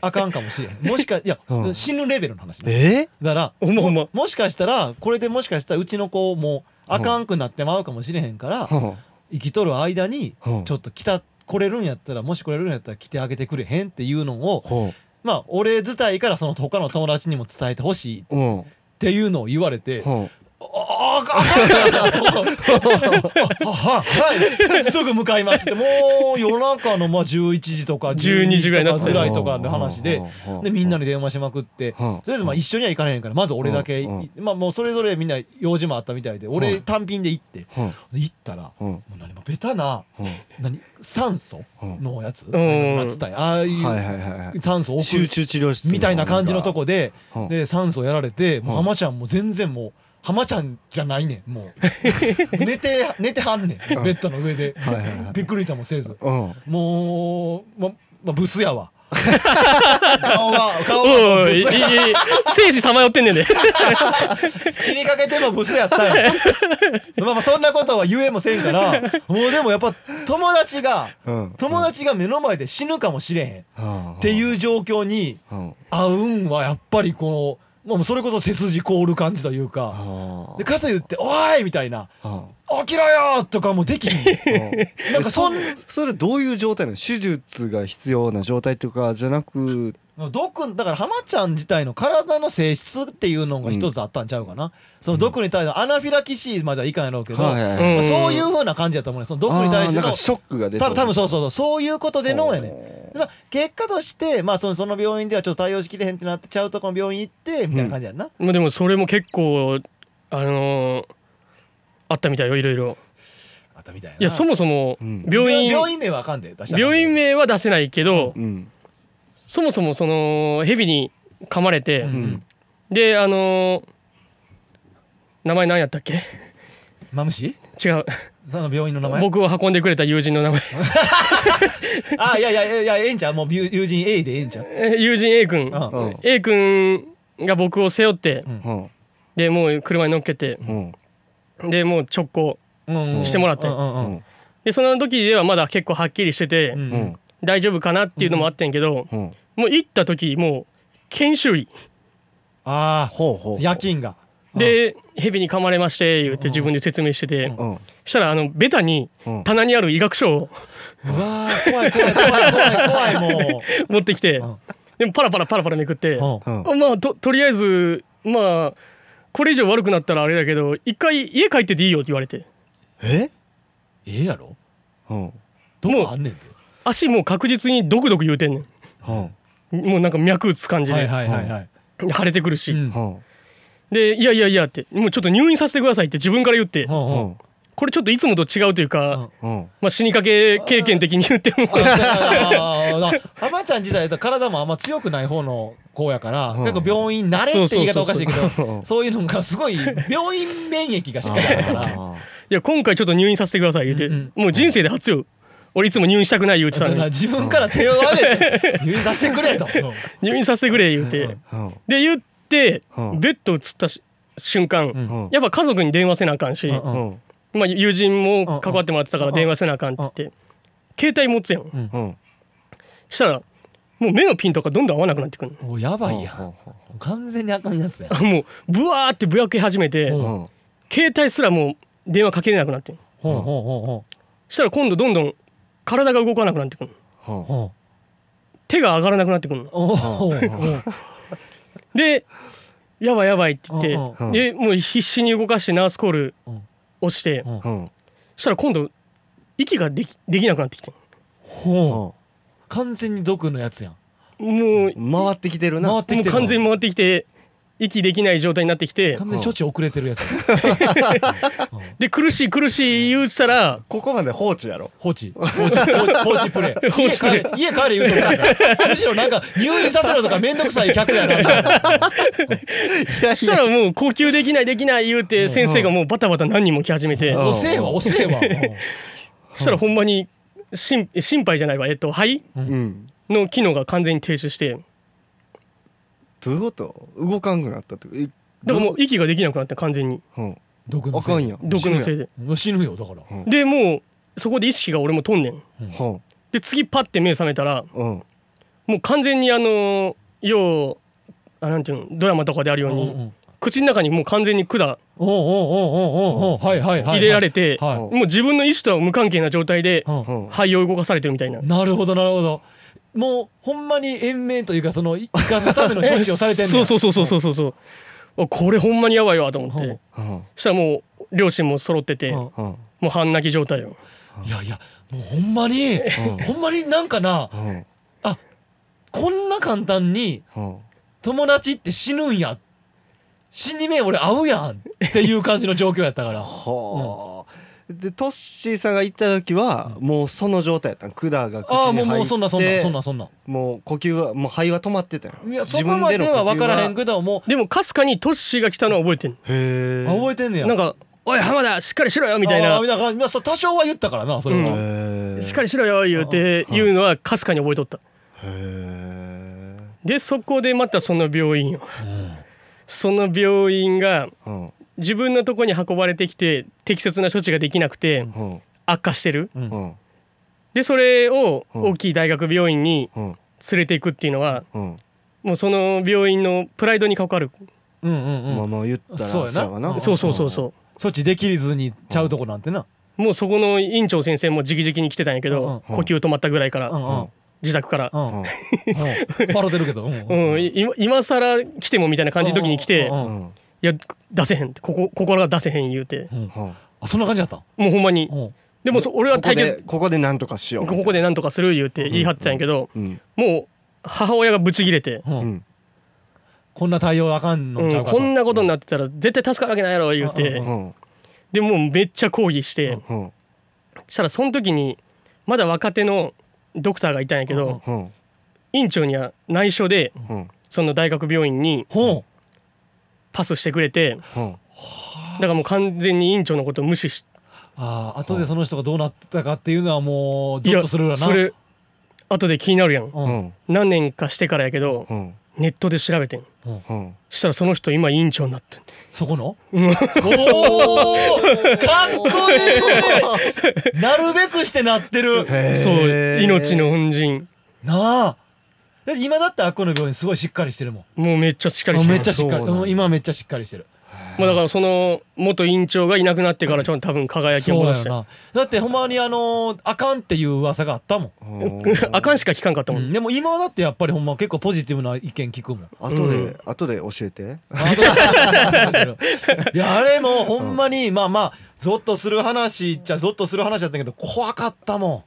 [SPEAKER 2] あかんかもしれんもしかいや、
[SPEAKER 1] うん
[SPEAKER 2] 死ぬレベルの話ね
[SPEAKER 1] え
[SPEAKER 2] だから
[SPEAKER 3] ほんまほんま
[SPEAKER 2] もしかしたらこれでもしかしたらうちの子もあかんくなってまうかもしれへんから
[SPEAKER 1] ほう
[SPEAKER 2] 生きとる間に
[SPEAKER 1] ほう
[SPEAKER 2] ちょっと来た来れるんやったらもし来れるんやったら来てあげてくれへんっていうのを
[SPEAKER 1] ほ
[SPEAKER 2] まあ俺自体からその他の友達にも伝えてほしいっ
[SPEAKER 1] うほ
[SPEAKER 2] ていうのを言われて
[SPEAKER 1] うほ
[SPEAKER 2] ああああかん かなははいすぐ向かいますってもう夜中のまあ11時とか
[SPEAKER 3] 12時ぐらいにな
[SPEAKER 2] とか
[SPEAKER 3] って
[SPEAKER 1] う
[SPEAKER 2] ぐらいとかの話で
[SPEAKER 1] ほうほうほう
[SPEAKER 2] でみんなに電話しまくってと
[SPEAKER 1] ほう
[SPEAKER 2] りあえずまあ一緒には行かれへんからまず俺だけ
[SPEAKER 1] うん
[SPEAKER 2] まあもうそれぞれみんな用事もあったみたいで俺
[SPEAKER 1] うん
[SPEAKER 2] 単品で行って
[SPEAKER 1] ほう
[SPEAKER 2] 行ったらも
[SPEAKER 1] ほう
[SPEAKER 2] う何もベタな
[SPEAKER 1] ほう
[SPEAKER 2] 何酸素
[SPEAKER 1] ほう
[SPEAKER 2] のやつ
[SPEAKER 3] ん
[SPEAKER 2] なってたんやああ
[SPEAKER 1] は
[SPEAKER 2] い
[SPEAKER 1] いうはいはいはい
[SPEAKER 2] 酸素を
[SPEAKER 1] 集
[SPEAKER 2] 送る
[SPEAKER 1] 中治療室
[SPEAKER 2] みたいな感じのとこで
[SPEAKER 1] ほう
[SPEAKER 2] で酸素やられてもう
[SPEAKER 1] うん
[SPEAKER 2] 浜ちゃんも全然もう浜ちゃんじゃないねんも う寝て寝てはんねんベッドの上で
[SPEAKER 1] はいはいはい
[SPEAKER 2] びっくりともせず
[SPEAKER 1] うん
[SPEAKER 2] もうままブスやわ 顔は顔はも
[SPEAKER 3] お
[SPEAKER 2] う
[SPEAKER 3] いいいい
[SPEAKER 2] ブスや
[SPEAKER 3] 生死さまよってんねんで
[SPEAKER 2] 死にかけてもブスやった んやまあまあそんなことは言えもせん からもうでもやっぱ友達が
[SPEAKER 1] うん
[SPEAKER 2] 友達が目の前で死ぬかもしれへんっ
[SPEAKER 1] ってう
[SPEAKER 2] いう状況に
[SPEAKER 1] ん
[SPEAKER 2] 合うんはやっぱりこのまあそれこそ背筋凍る感じというか。
[SPEAKER 1] うん
[SPEAKER 2] でかといって「おい!」みたいな
[SPEAKER 1] うん
[SPEAKER 2] 「起きろよ!」とかもで きひん
[SPEAKER 1] うん
[SPEAKER 2] なんかそん
[SPEAKER 1] それどういう状態なの手術が必要な状態とかじゃなく
[SPEAKER 2] 毒だから浜ちゃん自体の体の性質っていうのが一つあったんちゃうかな、その毒に対してアナフィラキシーまではいかんやろうけど、
[SPEAKER 1] はいはいはい
[SPEAKER 2] まあそういうふうな感じやと思うねその毒に対
[SPEAKER 1] あー
[SPEAKER 2] して
[SPEAKER 1] な
[SPEAKER 2] の
[SPEAKER 1] んかショックが出て
[SPEAKER 2] 多分多分そうそうそうそういうことでのやねん
[SPEAKER 1] ね
[SPEAKER 2] まあ、結果として、まあ、そのその病院ではちょっと対応しきれへんってなってちゃうとこの病院行ってみたいな感じやんな、
[SPEAKER 3] まあでもそれも結構あのーあったみたいよいろいろ
[SPEAKER 2] あったみたいない
[SPEAKER 3] やそもそも
[SPEAKER 1] うん
[SPEAKER 3] 病院
[SPEAKER 2] 病院名はあかんで出したら
[SPEAKER 3] 病院名は出せないけど
[SPEAKER 1] うん
[SPEAKER 3] そもそもそのヘビに噛まれて、
[SPEAKER 2] うんうん
[SPEAKER 3] であのー名前何やったっけ
[SPEAKER 2] マムシ
[SPEAKER 3] 違う
[SPEAKER 2] その病院の名前
[SPEAKER 3] 僕を運んでくれた友人の名前
[SPEAKER 2] あいやいやいやいやええんちゃうもう友友人 A でええんちゃう
[SPEAKER 3] え友人 A 君
[SPEAKER 2] うん
[SPEAKER 1] うん
[SPEAKER 3] A 君が僕を背負って
[SPEAKER 2] うん
[SPEAKER 1] うん
[SPEAKER 3] でもう車に乗っけて
[SPEAKER 1] うん
[SPEAKER 3] でもう直行
[SPEAKER 2] うんうん
[SPEAKER 1] して
[SPEAKER 3] もらって
[SPEAKER 2] うんうん
[SPEAKER 1] う
[SPEAKER 2] うん
[SPEAKER 1] ん
[SPEAKER 3] でその時ではまだ結構はっきりしてて
[SPEAKER 2] うん
[SPEAKER 1] うん
[SPEAKER 3] 大丈夫かなっていうのもあってんけど
[SPEAKER 1] うん
[SPEAKER 3] もう行った時もう研修医
[SPEAKER 2] あ
[SPEAKER 1] ほうほ
[SPEAKER 2] あ
[SPEAKER 1] う
[SPEAKER 2] 夜勤が
[SPEAKER 3] でヘビに噛まれまして言って自分で説明してて
[SPEAKER 1] うん
[SPEAKER 3] したらあのベタに
[SPEAKER 1] うん
[SPEAKER 3] 棚にある医学書を
[SPEAKER 2] うわー怖い怖い怖い怖い怖いも
[SPEAKER 3] 持ってきて
[SPEAKER 2] うん
[SPEAKER 3] でもパラパラパラパラめくって
[SPEAKER 2] う
[SPEAKER 1] うん
[SPEAKER 3] あまあととりあえずまあこれ以上悪くなったらあれだけど一回家帰ってていいよって言われて
[SPEAKER 1] え
[SPEAKER 2] ええやろ
[SPEAKER 1] うん
[SPEAKER 2] ど
[SPEAKER 3] もう
[SPEAKER 2] こあんねんで
[SPEAKER 3] 足もう確実にドクドク言うてんね
[SPEAKER 1] うん
[SPEAKER 3] んもうなんか脈打つ感じ
[SPEAKER 2] はい
[SPEAKER 3] で
[SPEAKER 2] はいはいはい
[SPEAKER 3] 腫れてくるし、
[SPEAKER 2] うん
[SPEAKER 1] うん
[SPEAKER 3] で「いやいやいや」って「もうちょっと入院させてください」って自分から言って
[SPEAKER 2] うん
[SPEAKER 1] う
[SPEAKER 2] うん
[SPEAKER 1] ん
[SPEAKER 3] これちょっといつもと違うというか、
[SPEAKER 2] うん
[SPEAKER 1] うん
[SPEAKER 3] まあ、死にかけ経験的に言っても
[SPEAKER 2] あだからあまちゃん自体と体もあんま強くない方の子やから
[SPEAKER 1] うん
[SPEAKER 2] 結構病院慣れって言い方おかしいけ
[SPEAKER 1] そうそうそうそ
[SPEAKER 2] ど
[SPEAKER 1] う
[SPEAKER 2] そういうのがすごい病院免疫がしっかりあるから
[SPEAKER 1] あ
[SPEAKER 3] いや今回ちょっと入院させてください言って、
[SPEAKER 2] うんうん
[SPEAKER 3] もう人生で初よ俺いつも入院したくない言って
[SPEAKER 2] そ
[SPEAKER 3] たの
[SPEAKER 2] んな
[SPEAKER 3] に
[SPEAKER 2] 自分から手を挙げて入院させてくれと
[SPEAKER 3] 入院させてくれ言って、
[SPEAKER 2] うん
[SPEAKER 1] ーうん
[SPEAKER 3] で言って、
[SPEAKER 1] うん
[SPEAKER 3] ベッド移ったし瞬間、
[SPEAKER 2] うん
[SPEAKER 1] うん
[SPEAKER 3] やっぱ家族に電話せなあかんし、
[SPEAKER 2] うん
[SPEAKER 1] うん
[SPEAKER 3] まあ、友人も関わってもらってたから電話せなあかんって言って、携帯持つやん
[SPEAKER 1] うん
[SPEAKER 3] したらもう目のピンとかどんどん合わなくなってくるの
[SPEAKER 2] もうやばいや
[SPEAKER 1] うんん
[SPEAKER 2] 完全にあかんやつや
[SPEAKER 3] あもうブワーってぶやけ始めて、
[SPEAKER 2] うん
[SPEAKER 1] うん
[SPEAKER 3] 携帯すらもう電話かけれなくなってん
[SPEAKER 2] ほうほうほ
[SPEAKER 3] したら今度どんどん体が動かなくなってくる
[SPEAKER 1] うん
[SPEAKER 2] うほうほう
[SPEAKER 3] 手が上がらなくなってくるの
[SPEAKER 2] おお
[SPEAKER 3] でやばいやばいって言
[SPEAKER 2] うん
[SPEAKER 1] う
[SPEAKER 3] っ
[SPEAKER 1] ん
[SPEAKER 3] てでもう必死に動かしてナースコール
[SPEAKER 2] うん
[SPEAKER 3] 押して
[SPEAKER 2] うん
[SPEAKER 1] うん
[SPEAKER 3] したら今度息ができできなくなってきて
[SPEAKER 2] ほう
[SPEAKER 1] うん
[SPEAKER 2] 完全に毒のやつやん
[SPEAKER 3] もう
[SPEAKER 1] 回ってきてるな
[SPEAKER 2] 回ってき
[SPEAKER 3] もう
[SPEAKER 2] てる
[SPEAKER 3] 完全に回ってきて息できない状態になってきて
[SPEAKER 2] 完全に処置遅れてるやつうん
[SPEAKER 3] で苦しい苦しい言うてたら
[SPEAKER 1] ここまで放置やろ
[SPEAKER 2] 放置放置放置プレイ
[SPEAKER 3] 放置プレ
[SPEAKER 2] 家帰れ家帰れ言うとったからむしろなんか入院させろとかめんどくさい客やなみたいな
[SPEAKER 3] したらもう呼吸できないできない言うて先生がもうバタバタ何人も来始めて
[SPEAKER 1] うん
[SPEAKER 2] おせえわおせえわ
[SPEAKER 3] そしたらほんまに心心肺じゃないわえっと肺
[SPEAKER 1] うん
[SPEAKER 3] の機能が完全に停止して
[SPEAKER 1] どういうこと動かんくなったってえ
[SPEAKER 3] だからもう
[SPEAKER 1] ど
[SPEAKER 3] 息ができなくなった完全に
[SPEAKER 1] うん
[SPEAKER 2] 毒
[SPEAKER 1] あ
[SPEAKER 2] のせい
[SPEAKER 1] かんやん
[SPEAKER 3] 毒のせい
[SPEAKER 1] で
[SPEAKER 3] で
[SPEAKER 2] もう死ぬよだから
[SPEAKER 1] うん
[SPEAKER 3] でもうそこで意識が俺もとんねん
[SPEAKER 1] うん
[SPEAKER 3] で次パッて目覚めたら
[SPEAKER 1] うん
[SPEAKER 3] もう完全にあのようあなんていうのドラマとかであるよう
[SPEAKER 2] うんう
[SPEAKER 3] に
[SPEAKER 2] ん
[SPEAKER 3] 口の中にもう完全に管
[SPEAKER 2] おうおうおうおうおうおうはいはいはいはい
[SPEAKER 3] 入れられて
[SPEAKER 2] は
[SPEAKER 1] う
[SPEAKER 2] い
[SPEAKER 1] ん
[SPEAKER 3] もう自分の意思とは無関係な状態で
[SPEAKER 2] う
[SPEAKER 1] うんん
[SPEAKER 3] 肺を動かされてるみたいな
[SPEAKER 2] なるほどなるほどもうほんまに延命というかその生かすための処置をされてんね
[SPEAKER 3] そ
[SPEAKER 2] ん
[SPEAKER 3] うそうそうそうそうそうそうあこれほんまにやばいわと思っ
[SPEAKER 2] うん
[SPEAKER 3] て
[SPEAKER 1] うん
[SPEAKER 3] そしたらもう両親も揃ってて
[SPEAKER 2] うん
[SPEAKER 3] も
[SPEAKER 1] うん
[SPEAKER 3] う半泣き状態よ
[SPEAKER 2] いやいやもうほんまに
[SPEAKER 1] うん
[SPEAKER 2] ほんまになんかな
[SPEAKER 1] うん
[SPEAKER 2] こんな簡単に
[SPEAKER 1] うん
[SPEAKER 2] 友達って死ぬんや死に目俺合うやんっていう感じの状況やったから
[SPEAKER 1] はあ、でトッシーさんが行った時は、もうその状態やったん管が口に入って
[SPEAKER 2] ああもうもうそんなそんなそんなそんな
[SPEAKER 1] もう呼吸はもう肺は止まってたよ
[SPEAKER 2] いやそこまでは分からへん
[SPEAKER 1] へ
[SPEAKER 2] けども
[SPEAKER 3] でもかすかにトッシーが来たのは覚えてん
[SPEAKER 1] え
[SPEAKER 2] うあ覚えてんねや
[SPEAKER 3] なんか「おい浜田しっかりしろよ」みたい
[SPEAKER 2] あー
[SPEAKER 3] な
[SPEAKER 2] みたいな感じまあそう多少は言ったからなそれ
[SPEAKER 3] う
[SPEAKER 2] は、
[SPEAKER 1] へえ
[SPEAKER 3] 「しっかりしろよ」言うて言うのはかすかに覚えとった
[SPEAKER 1] へえ
[SPEAKER 3] でそこでまたその病院よその病院が
[SPEAKER 1] うん
[SPEAKER 3] 自分のとこに運ばれてきて適切な処置ができなくて
[SPEAKER 1] うん
[SPEAKER 3] 悪化してる
[SPEAKER 2] うん
[SPEAKER 1] うん
[SPEAKER 3] でそれを
[SPEAKER 1] うん
[SPEAKER 3] 大きい大学病院に
[SPEAKER 1] うん
[SPEAKER 3] 連れていくっていうのは
[SPEAKER 1] うん
[SPEAKER 3] もうその病院のプライドに関わる
[SPEAKER 2] うんうんうん
[SPEAKER 1] まあまあ言ったら
[SPEAKER 2] そうやな
[SPEAKER 1] わ
[SPEAKER 2] うん
[SPEAKER 3] そうそうそうそう
[SPEAKER 2] 措置できずにちゃうとこなんてな
[SPEAKER 3] もうそこの院長先生も直々に来てたんやけど、
[SPEAKER 1] うん
[SPEAKER 3] 呼吸止まったぐらいか
[SPEAKER 2] う
[SPEAKER 3] ら、
[SPEAKER 2] んうんうん
[SPEAKER 3] 自宅から、
[SPEAKER 2] うん
[SPEAKER 1] うん
[SPEAKER 2] 笑ってるけどうんうん
[SPEAKER 3] うんい今今更来てもみたいな感じの時に来て「
[SPEAKER 2] うんうん
[SPEAKER 1] う
[SPEAKER 2] うん
[SPEAKER 1] ん
[SPEAKER 3] いや出せへん」ってここ心が出せへん言うて
[SPEAKER 2] うん
[SPEAKER 1] うん
[SPEAKER 2] あそんな感じだった
[SPEAKER 3] もうほんまに
[SPEAKER 2] うん
[SPEAKER 3] でもそ俺は
[SPEAKER 1] ここ
[SPEAKER 3] 対
[SPEAKER 1] で
[SPEAKER 3] 決
[SPEAKER 1] ここでなんとかしよう
[SPEAKER 3] ここでなんとかする言うて言い張ってたんやけど、
[SPEAKER 1] うん
[SPEAKER 3] もう母親がブチ切れて。
[SPEAKER 2] うん
[SPEAKER 1] うん
[SPEAKER 2] こんな対応あかん
[SPEAKER 3] う
[SPEAKER 2] の
[SPEAKER 3] ん
[SPEAKER 2] ちゃうかと
[SPEAKER 3] こんなことになってたら絶対助かるわけないやろ言うて、
[SPEAKER 2] うん
[SPEAKER 1] うん
[SPEAKER 3] でもうめっちゃ抗議して、
[SPEAKER 2] うん
[SPEAKER 1] うん
[SPEAKER 3] したらその時にまだ若手のドクターがいたんやけど、
[SPEAKER 2] うん
[SPEAKER 1] うん
[SPEAKER 3] 院長には内緒で
[SPEAKER 1] うん
[SPEAKER 3] その大学病院に
[SPEAKER 2] ほ
[SPEAKER 3] パスしてくれて
[SPEAKER 1] うん
[SPEAKER 3] だからもう完全に院長のことを無視し
[SPEAKER 2] うああ後でその人がどうなってたかっていうのはもう
[SPEAKER 3] い
[SPEAKER 2] ゾッとするわな
[SPEAKER 3] それ後で気になるやん
[SPEAKER 2] う
[SPEAKER 1] うんん
[SPEAKER 3] 何年かしてからやけど
[SPEAKER 1] うん
[SPEAKER 3] ネットで調べてん
[SPEAKER 2] うん
[SPEAKER 1] うん
[SPEAKER 3] したらその人今院長になってん
[SPEAKER 2] そこの
[SPEAKER 3] うん
[SPEAKER 2] おーかっこいいなるべくしてなって る
[SPEAKER 1] へー
[SPEAKER 3] そう命の恩人
[SPEAKER 2] なあだって今だってあっこの病院すごいしっかりしてるもん
[SPEAKER 3] もうめっちゃしっかりし
[SPEAKER 2] あ
[SPEAKER 3] て
[SPEAKER 2] め
[SPEAKER 3] る
[SPEAKER 2] っちゃしっかり
[SPEAKER 1] そうなんだ
[SPEAKER 2] うん今めっちゃしっかりしてる
[SPEAKER 3] まあだからその元院長がいなくなってからちょっと多分輝きを
[SPEAKER 2] そうだ
[SPEAKER 3] 戻
[SPEAKER 2] よ
[SPEAKER 3] して
[SPEAKER 2] なだってほんまにあのあかんっていう噂があったも
[SPEAKER 1] う
[SPEAKER 2] ん
[SPEAKER 1] ん
[SPEAKER 3] あかんしか聞かんかったも
[SPEAKER 2] うんんでも今だってやっぱりほんま結構ポジティブな意見聞くもん
[SPEAKER 1] 後で、
[SPEAKER 3] うん
[SPEAKER 1] 後で教えて。
[SPEAKER 2] いやあれもほんまに、まあまあゾッとする話っちゃゾッとする話だったけど怖かったも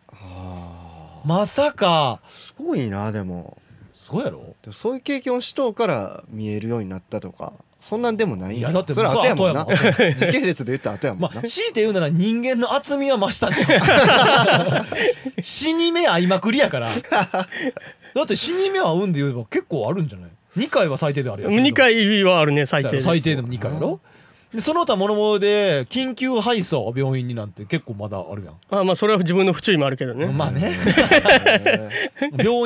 [SPEAKER 2] んまさか
[SPEAKER 1] すごいなでも
[SPEAKER 2] すごいやろ
[SPEAKER 1] でもそういう経験をしとうから見えるようになったとかそんなんでもないん
[SPEAKER 2] いやだって
[SPEAKER 1] それは後やもんな
[SPEAKER 2] そう後や も
[SPEAKER 1] 時系列で言ったら後やも
[SPEAKER 2] ま
[SPEAKER 1] んな、
[SPEAKER 2] あ強いて言うなら人間の厚みは増したんじゃん死に目合いまくりやからだって死に目合うんで言えば結構あるんじゃない2回は最低であるやん
[SPEAKER 3] 2回はあるね最低で
[SPEAKER 2] 最低でも2回やろでその他諸々で緊急配送病院になんて結構まだあるやん
[SPEAKER 3] まあまあそれは自分の不注意もあるけどね
[SPEAKER 2] まあね病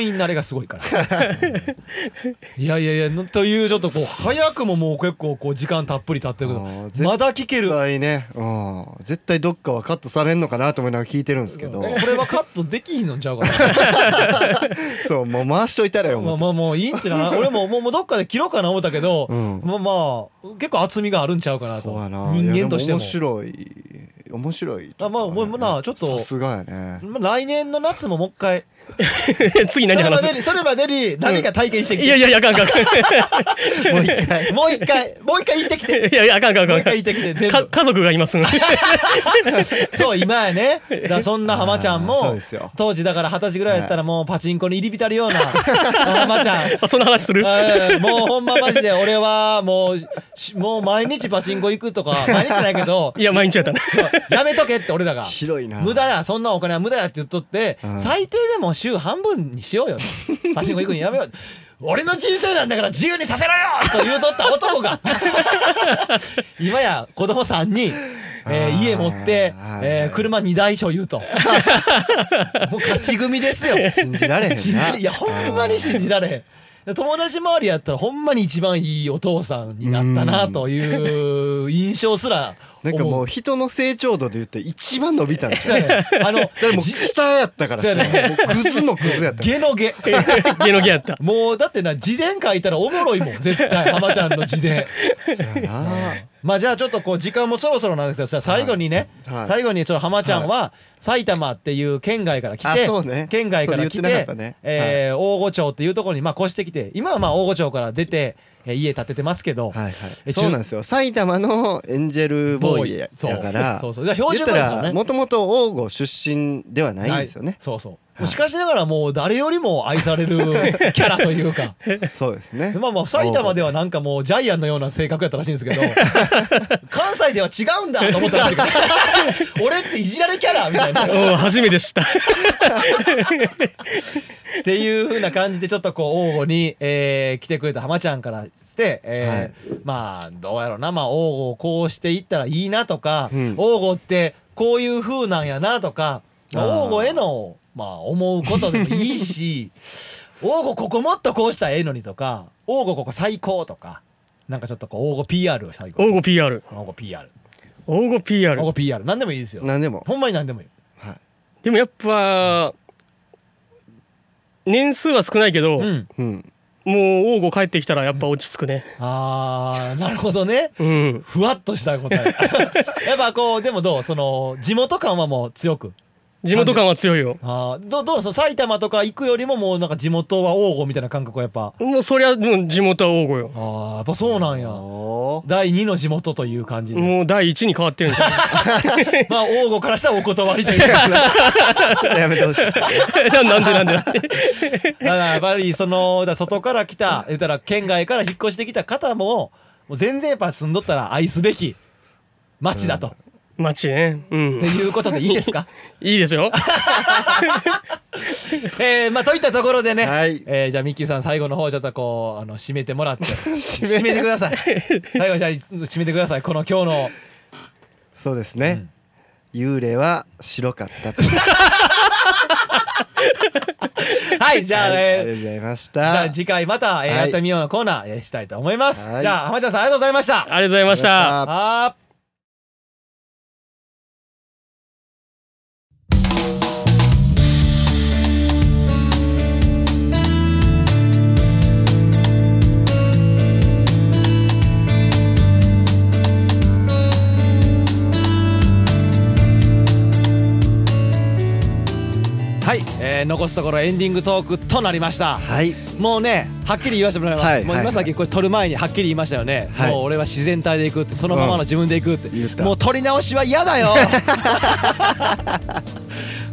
[SPEAKER 2] 院慣れがすごいから いやいやいやのというちょっとこう早くももう結構こう時間たっぷり経ってるけ
[SPEAKER 1] あー
[SPEAKER 2] ど
[SPEAKER 1] 絶
[SPEAKER 2] まだ聞け る
[SPEAKER 1] 絶
[SPEAKER 2] こ
[SPEAKER 1] 対ね、うん、絶対どっかはカットされんのかなと思いながら聞いてるんですけど、
[SPEAKER 2] れはカットできひんのんちゃう かな
[SPEAKER 1] そうもう回しといたらよ、も
[SPEAKER 2] まあ
[SPEAKER 1] う
[SPEAKER 2] まあもういいんちゃうかな俺ももうもうどっかで切ろうかな思ったけど、
[SPEAKER 1] うん
[SPEAKER 2] まあまあ結構厚みがあるんちゃうかなと
[SPEAKER 1] そうやな
[SPEAKER 2] 人間としても
[SPEAKER 1] いやで面白い面白いとかね
[SPEAKER 2] あまあもうなちょっと
[SPEAKER 1] さすがやね
[SPEAKER 2] まあ来年の夏ももう一回
[SPEAKER 3] 次
[SPEAKER 2] そ
[SPEAKER 3] 何
[SPEAKER 2] れま
[SPEAKER 3] 話
[SPEAKER 2] ですにそれまでに何か体験してき
[SPEAKER 3] い
[SPEAKER 2] て、
[SPEAKER 3] やいやいやあかんあかんい
[SPEAKER 1] もう一 回
[SPEAKER 2] もう一回もう一回行って きて
[SPEAKER 3] やいやあかんあかん
[SPEAKER 2] もう
[SPEAKER 3] あ
[SPEAKER 2] 一回行
[SPEAKER 3] かん
[SPEAKER 2] ってきて全
[SPEAKER 3] か
[SPEAKER 2] 部
[SPEAKER 3] 家族がいま すんで
[SPEAKER 2] そう今やねだからそんな浜ちゃん
[SPEAKER 1] あーそ
[SPEAKER 2] も
[SPEAKER 1] うですよ
[SPEAKER 2] 当時だから二十歳ぐらいやったらもうパチンコに入り浸 るような浜ちゃん
[SPEAKER 3] あそんな話する
[SPEAKER 2] うんもうほんまマジで俺はもうしもう毎日パチンコ行くとか毎日じゃないけど
[SPEAKER 3] いや毎日やったね
[SPEAKER 2] やめとけって俺らが
[SPEAKER 1] 広いな
[SPEAKER 2] 無駄だそんなお金は無駄だって言っとって
[SPEAKER 1] うん
[SPEAKER 2] 最低でも週半分にしようよ パチンコ行くのやめよう俺の人生なんだから自由にさせろよと言うとった 男が今や子供さんに、え
[SPEAKER 1] あ
[SPEAKER 2] ー
[SPEAKER 1] ー
[SPEAKER 2] 家持って
[SPEAKER 1] はい、
[SPEAKER 2] えー車2台所 有ともう勝ち組ですよ
[SPEAKER 1] 信じられへん
[SPEAKER 2] 信
[SPEAKER 1] な
[SPEAKER 2] じいやほんまに信じられへん友達周りやったらほんまに一番いいお父さんになったなという印象すら
[SPEAKER 1] なんか も
[SPEAKER 2] う
[SPEAKER 1] う人の成長度で言って一番伸びたんです
[SPEAKER 2] そう
[SPEAKER 1] よ
[SPEAKER 2] やねあの
[SPEAKER 1] でもう下やったからさ
[SPEAKER 2] そうやね
[SPEAKER 1] もうグズもグズやった
[SPEAKER 2] ゲのゲ
[SPEAKER 3] ゲノゲやった
[SPEAKER 2] もうだってな自伝書いたらおもろいもん絶対浜ちゃんの自伝
[SPEAKER 1] そうやな
[SPEAKER 2] まあじゃあちょっとこう時間もそろそろなんですけどさ最後にね、
[SPEAKER 1] はい
[SPEAKER 2] 最後にちょっと浜ちゃんは埼玉っていう県外から来て、
[SPEAKER 1] あそうね
[SPEAKER 2] 県外から来
[SPEAKER 1] それ言って
[SPEAKER 2] て
[SPEAKER 1] なかったね
[SPEAKER 2] えー大御町っていうところにまあ越してきて今はまあ大御町から出て、えー家建ててますけど、
[SPEAKER 1] はいは
[SPEAKER 2] え
[SPEAKER 1] いそうなんですよ埼玉のエンジェルボーイや
[SPEAKER 2] そう
[SPEAKER 1] だから
[SPEAKER 2] そうそうだから標準
[SPEAKER 1] 言っ
[SPEAKER 2] 語
[SPEAKER 1] た
[SPEAKER 2] やから
[SPEAKER 1] ら
[SPEAKER 2] ね
[SPEAKER 1] もともと王吾出身ではないんですよ
[SPEAKER 2] は
[SPEAKER 1] ね
[SPEAKER 2] そうそう、
[SPEAKER 1] はい
[SPEAKER 2] しかしながらもう誰よりも愛されるキャラというか
[SPEAKER 1] そうですね
[SPEAKER 2] まあまあ埼玉ではなんかもうジャイアンのような性格やったらしいんですけど関西では違うんだと思ったらしいから俺っていじられキャラみたいなっ
[SPEAKER 3] お初めて知った
[SPEAKER 2] ていうふうな感じでちょっとこう王吾に、えー来てくれた浜ちゃんからして、えーまあどうやろうなまあ王吾をこうしていったらいいなとか、
[SPEAKER 1] うん
[SPEAKER 2] 王吾ってこういう風なんやなとか、まあ
[SPEAKER 1] あー
[SPEAKER 2] 王吾への、まあ、思うことでもい いし王吾ここもっとこうしたらええのにとか王吾ここ最高とかなんかちょっとこう王吾 PR を最高
[SPEAKER 3] 王吾 PR
[SPEAKER 2] 王吾 PR
[SPEAKER 3] 王吾 PR
[SPEAKER 2] 王吾 PR 何でもいいですよ
[SPEAKER 1] 何でも
[SPEAKER 2] ほんまに何でもいい
[SPEAKER 1] はい
[SPEAKER 3] でもやっぱ年数は少ないけど、
[SPEAKER 2] うん
[SPEAKER 1] うん
[SPEAKER 3] もう王吾帰ってきたらやっぱ落ち着くね
[SPEAKER 2] あーなるほどね
[SPEAKER 3] うん
[SPEAKER 2] ふわっとした答え やっぱこうでもどうその地元感はもう強く
[SPEAKER 3] 地元感は強いよ
[SPEAKER 2] あーどうどうその埼玉とか行くよりももうなんか地元は王吾みたいな感覚はやっぱ
[SPEAKER 3] もうそりゃもう地元は王吾よ
[SPEAKER 2] あーやっぱそうなんや
[SPEAKER 1] おー
[SPEAKER 2] 第二の地元という感じで
[SPEAKER 3] もう第一に変わってるんじゃ
[SPEAKER 2] まあ王吾からしたらお断りという だか
[SPEAKER 1] ちょっとやめて ほしい
[SPEAKER 3] ない なんでなんでなんで
[SPEAKER 2] らやっぱりそのだから外から来た言ったら県外から引っ越してきた方ももう全然やっぱ住んどったら愛すべき町だと、
[SPEAKER 3] 街ねうん
[SPEAKER 2] っていうことでいいですか
[SPEAKER 3] いいですよ
[SPEAKER 2] えー、まあといったところでね、
[SPEAKER 1] はい
[SPEAKER 2] えーじゃあミッキーさん最後の方ちょっとこうあの締めてもらって 締めてください最後じゃあ締めてくださいこの今日 の
[SPEAKER 1] そうですね幽霊は白かったと
[SPEAKER 2] はいじゃあ、
[SPEAKER 1] はいありがと
[SPEAKER 2] え
[SPEAKER 1] うございまし
[SPEAKER 2] ーじゃ
[SPEAKER 1] た
[SPEAKER 2] あ次回また、
[SPEAKER 1] は
[SPEAKER 2] えー
[SPEAKER 1] い
[SPEAKER 2] やってみようのコーナー、えーしたいと思います、
[SPEAKER 1] はい
[SPEAKER 2] じゃあ浜ちゃんさんありがとうございました
[SPEAKER 3] ありがとうございまし
[SPEAKER 1] あ
[SPEAKER 3] た
[SPEAKER 2] あーはい、えー残すところエンディングトークとなりました
[SPEAKER 1] はい
[SPEAKER 2] もうねはっきり言わせてもらいます、
[SPEAKER 1] はい
[SPEAKER 2] もう
[SPEAKER 1] はい
[SPEAKER 2] 今さっきこれ撮る前にはっきり言いましたよね、
[SPEAKER 1] はい
[SPEAKER 2] もう俺は自然体でいくってそのままの自分でいくって、
[SPEAKER 1] うん言った
[SPEAKER 2] もう撮り直しは嫌 だよ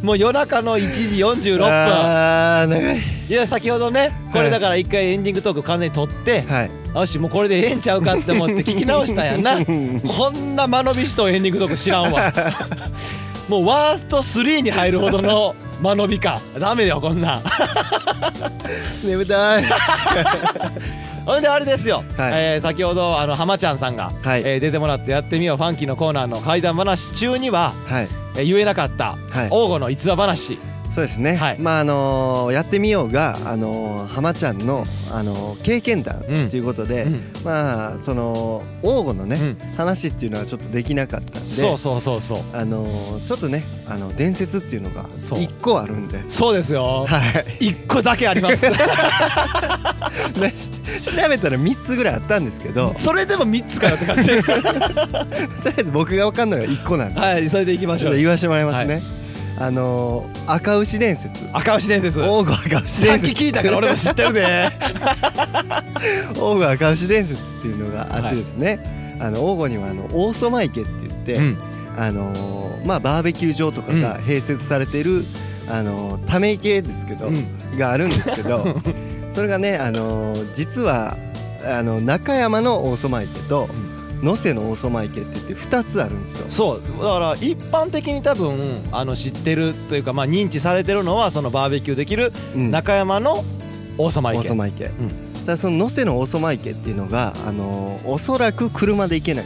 [SPEAKER 2] もう夜中の1時46分
[SPEAKER 1] あー長い
[SPEAKER 2] いや先ほどねこれだから一回エンディングトーク完全に撮って、
[SPEAKER 1] はい
[SPEAKER 2] よしもうこれでええんちゃうかって思って聞き直したんや んなこんな間延びしとエンディングトーク知らんわもうワースト3に入るほどの間延びかダメだよこんなん
[SPEAKER 1] 眠たい
[SPEAKER 2] ほんであれですよ、
[SPEAKER 1] はい
[SPEAKER 2] えー先ほどあの浜ちゃんさんが、
[SPEAKER 1] はい
[SPEAKER 2] えー出てもらって「やってみようファンキー」のコーナーの怪談話中には、
[SPEAKER 1] はい
[SPEAKER 2] えー言えなかった
[SPEAKER 1] はい
[SPEAKER 2] 王吾の逸話話、
[SPEAKER 1] そうですね、
[SPEAKER 2] はい
[SPEAKER 1] まああのーやってみようが、あのー、浜ちゃんの、あのー経験談と
[SPEAKER 2] うん
[SPEAKER 1] いうことで、
[SPEAKER 2] うん
[SPEAKER 1] まあその王吾のね、
[SPEAKER 2] うん
[SPEAKER 1] 話っていうのはちょっとできなかったんで
[SPEAKER 2] そうそうそうそう
[SPEAKER 1] あのーちょっとねあの伝説っていうのが
[SPEAKER 2] そう
[SPEAKER 1] 一個あるんで。
[SPEAKER 2] そうですよ
[SPEAKER 1] はい、
[SPEAKER 2] 一個だけあります
[SPEAKER 1] ね調べたら3つぐらいあったんですけど
[SPEAKER 2] それでも3つかなって感じ
[SPEAKER 1] とりあえず僕が分かんのが1個なんで、
[SPEAKER 2] はいそれでいきまし
[SPEAKER 1] ち
[SPEAKER 2] ょ
[SPEAKER 1] ょっ
[SPEAKER 2] う
[SPEAKER 1] と言わせてもらいますね、あのー、赤牛伝説
[SPEAKER 2] 赤牛伝説
[SPEAKER 1] 王吾赤牛
[SPEAKER 2] さ
[SPEAKER 1] 伝
[SPEAKER 2] っき
[SPEAKER 1] 説
[SPEAKER 2] 聞いたから俺も知って るで
[SPEAKER 1] 王吾赤牛伝説っていうのがあってですね、あの王吾にはあのオーソマ池って言って、
[SPEAKER 2] うん
[SPEAKER 1] あのーまあ、バーベキュー場とかが併設されてる、あのーため池ですけど、があるんですけ どそれがね、あのー実はあの中山のオーソマ池と能勢のオーソマ池って言って2つあるんですよ。
[SPEAKER 2] そうだから一般的に多分あの知ってるというかまあ認知されてるのはそのバーベキューできる
[SPEAKER 1] うん
[SPEAKER 2] 中山の王様
[SPEAKER 1] オ
[SPEAKER 2] 池
[SPEAKER 1] ーソマ池、ただその能勢のオーソマ池っていうのが、あのーおそらく車で行 けない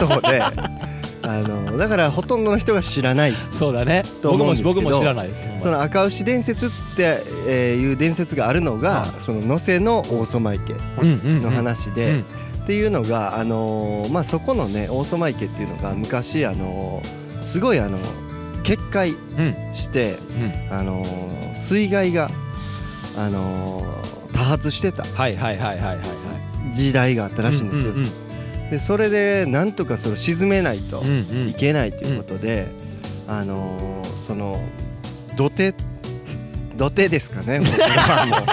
[SPEAKER 1] とこで、あのーだからほとんどの人が知らない
[SPEAKER 2] そうだね
[SPEAKER 1] と
[SPEAKER 2] 僕
[SPEAKER 1] 思うん
[SPEAKER 2] も
[SPEAKER 1] ですけど
[SPEAKER 2] 僕も知らないです
[SPEAKER 1] その赤牛伝説ってえーいう伝説があるのが、
[SPEAKER 2] はい
[SPEAKER 1] その能勢のオーソマ池の
[SPEAKER 2] の
[SPEAKER 1] 話で、っていうのが、あのーまあ、そこのねオーソマ池っていうのが昔、あのーすごい、あのー決壊して、あのー水害が、あのー多発してた
[SPEAKER 2] はいはいはいはいはいはい
[SPEAKER 1] 時代があったらしいんですよ。
[SPEAKER 2] うん
[SPEAKER 1] でそれでなんとかそれを沈めないと
[SPEAKER 2] うんうん
[SPEAKER 1] いけないということで、あのーその土手土手ですかねもう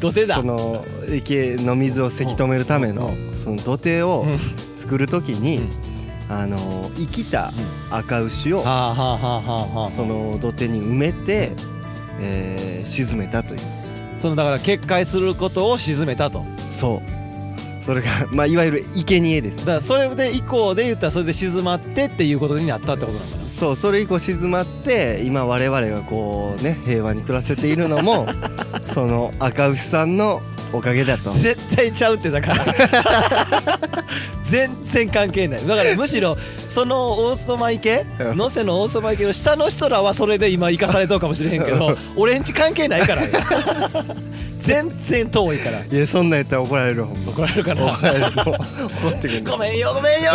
[SPEAKER 2] 土手だ
[SPEAKER 1] その池の水をせき止めるための
[SPEAKER 2] う
[SPEAKER 1] その土手を
[SPEAKER 2] うん
[SPEAKER 1] 作る時に、
[SPEAKER 2] うん
[SPEAKER 1] あのー生きた赤牛を
[SPEAKER 2] はあはあはあはあはあ
[SPEAKER 1] その土手に埋めて、えー沈めたという
[SPEAKER 2] そのだから決壊することを沈めたと
[SPEAKER 1] そうそれが、まあ、いわゆる生贄です
[SPEAKER 2] だからそれで以降で言ったらそれで静まってっていうことになったってことなんかな
[SPEAKER 1] そうそれ以降静まって今我々がこうね平和に暮らせているの もその赤牛さんのおかげだと
[SPEAKER 2] 絶対ちゃうって だから全然関係ないだからむしろそのオーソマイケ
[SPEAKER 1] うん
[SPEAKER 2] 能勢のオーソマイケの下の人らはそれで今生かされとうかもしれへんけど俺んち関係ない からね全然遠いから
[SPEAKER 1] いやそんなん言ったら怒られるほんま
[SPEAKER 2] 怒られるかな
[SPEAKER 1] 怒られるもう怒ってくる
[SPEAKER 2] ごめんよごめん よ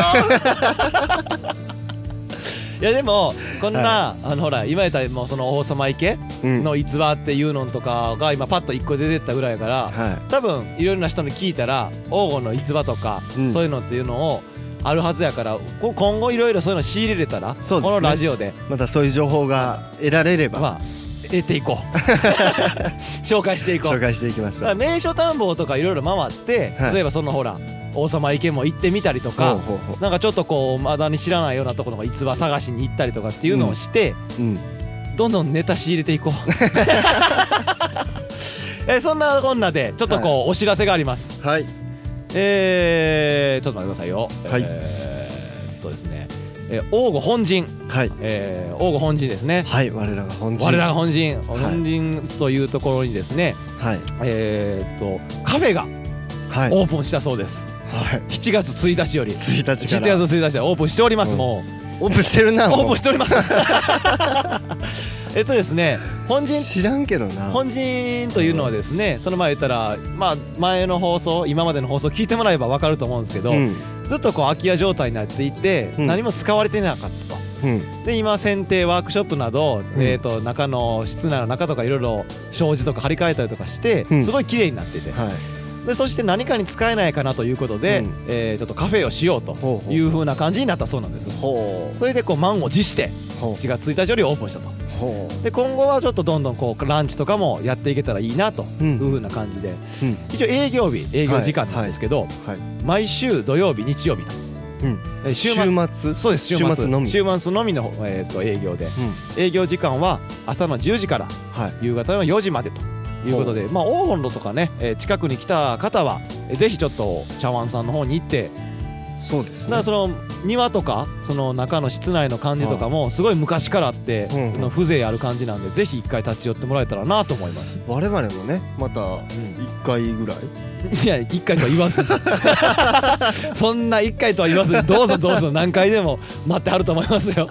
[SPEAKER 2] いやでもこんな、あのほら今言ったもうその王様池
[SPEAKER 1] うん
[SPEAKER 2] の逸話っていうのんとかが今パッと一個出てったぐらいやから
[SPEAKER 1] は
[SPEAKER 2] 多分いろいろな人に聞いたら王金の逸話とか、
[SPEAKER 1] うん
[SPEAKER 2] そういうのっていうのをあるはずやからこ今後いろいろそういうの仕入れれたら、
[SPEAKER 1] そうですね
[SPEAKER 2] このラジオで
[SPEAKER 1] いまたそういう情報が得られれば
[SPEAKER 2] まあ得ていこ う紹介していこう
[SPEAKER 1] 紹介していきまし
[SPEAKER 2] だか
[SPEAKER 1] ょ
[SPEAKER 2] ら
[SPEAKER 1] う
[SPEAKER 2] 名所探訪とかいろいろ回って、
[SPEAKER 1] はい
[SPEAKER 2] 例えばそのほら王様池も行ってみたりと
[SPEAKER 1] ほう
[SPEAKER 2] か
[SPEAKER 1] ほうほ
[SPEAKER 2] なんかちょっとこうまだに知らないようなところが逸話探しに行ったりとかっていうのをして、
[SPEAKER 1] ううん
[SPEAKER 2] どんどんネタ仕入れ ていこうえそんなこんなでちょっとこう、お知らせがあります
[SPEAKER 1] はい
[SPEAKER 2] えー、ちょっと待ってくださいよ。
[SPEAKER 1] はい
[SPEAKER 2] えーっとですね、えー、王吾本陣、
[SPEAKER 1] はい
[SPEAKER 2] えー、王吾本陣ですね。
[SPEAKER 1] はい我らが本陣
[SPEAKER 2] 我らが本陣、
[SPEAKER 1] い
[SPEAKER 2] 本陣というところにですね、
[SPEAKER 1] はい
[SPEAKER 2] えー、っとカフェが
[SPEAKER 1] はい
[SPEAKER 2] オープンしたそうです。
[SPEAKER 1] はい
[SPEAKER 2] 7月1日より。
[SPEAKER 1] 1日
[SPEAKER 2] 7
[SPEAKER 1] か
[SPEAKER 2] 月
[SPEAKER 1] ら
[SPEAKER 2] 1日はオープンしております、
[SPEAKER 1] うん
[SPEAKER 2] も
[SPEAKER 1] オープンしてるな
[SPEAKER 2] う
[SPEAKER 1] もう
[SPEAKER 2] オープンしております えっとですね本陣
[SPEAKER 1] 知らんけどな
[SPEAKER 2] 本陣というのはですねその前言ったらまあ前の放送今までの放送聞いてもらえば分かると思うんですけど、
[SPEAKER 1] うん
[SPEAKER 2] ずっとこう空き家状態になっていて、
[SPEAKER 1] うん
[SPEAKER 2] 何も使われてなかったと。
[SPEAKER 1] うん
[SPEAKER 2] で今剪定ワークショップなど、
[SPEAKER 1] うん
[SPEAKER 2] えー、と中の室内の中とかいろいろ障子とか張り替えたりとかして、
[SPEAKER 1] うん
[SPEAKER 2] すごい綺麗になってて
[SPEAKER 1] はい
[SPEAKER 2] でそして何かに使えないかなということで、
[SPEAKER 1] うん
[SPEAKER 2] えーちょっとカフェをしようと
[SPEAKER 1] ほうほう
[SPEAKER 2] いうふうな感じになったそうなんです
[SPEAKER 1] ほ
[SPEAKER 2] それでこう満を持して
[SPEAKER 1] うほ
[SPEAKER 2] 4月1日よりオープンしたと
[SPEAKER 1] うほう
[SPEAKER 2] で今後はちょっとどんどんこうランチとかもやっていけたらいいなというふうな感じで、
[SPEAKER 1] うん
[SPEAKER 2] 一応営業日営業時間なんですけど、
[SPEAKER 1] はい
[SPEAKER 2] 毎週土曜日日曜日と、
[SPEAKER 1] うん
[SPEAKER 2] えー
[SPEAKER 1] 週
[SPEAKER 2] 週末
[SPEAKER 1] 末
[SPEAKER 2] そうです週
[SPEAKER 1] 週
[SPEAKER 2] 末
[SPEAKER 1] 末のみ
[SPEAKER 2] 週末のみの、えー、と営業で営業時間は朝の10時から
[SPEAKER 1] はい
[SPEAKER 2] 夕方の4時までということでまあ黄金炉とかね、えー近くに来た方はえーぜひちょっと茶碗さんの方に行って
[SPEAKER 1] そうです
[SPEAKER 2] だからその庭とかその中の室内の感じとかもすごい昔からあって、
[SPEAKER 1] うんうん
[SPEAKER 2] の風情ある感じなんでぜひ一回立ち寄ってもらえたらなと思います、
[SPEAKER 1] 我々もねまた1回 ぐらい
[SPEAKER 2] いや一回とは言わず そんな一回とは言わずにどうぞ どうぞ何回でも待ってはると思いますよ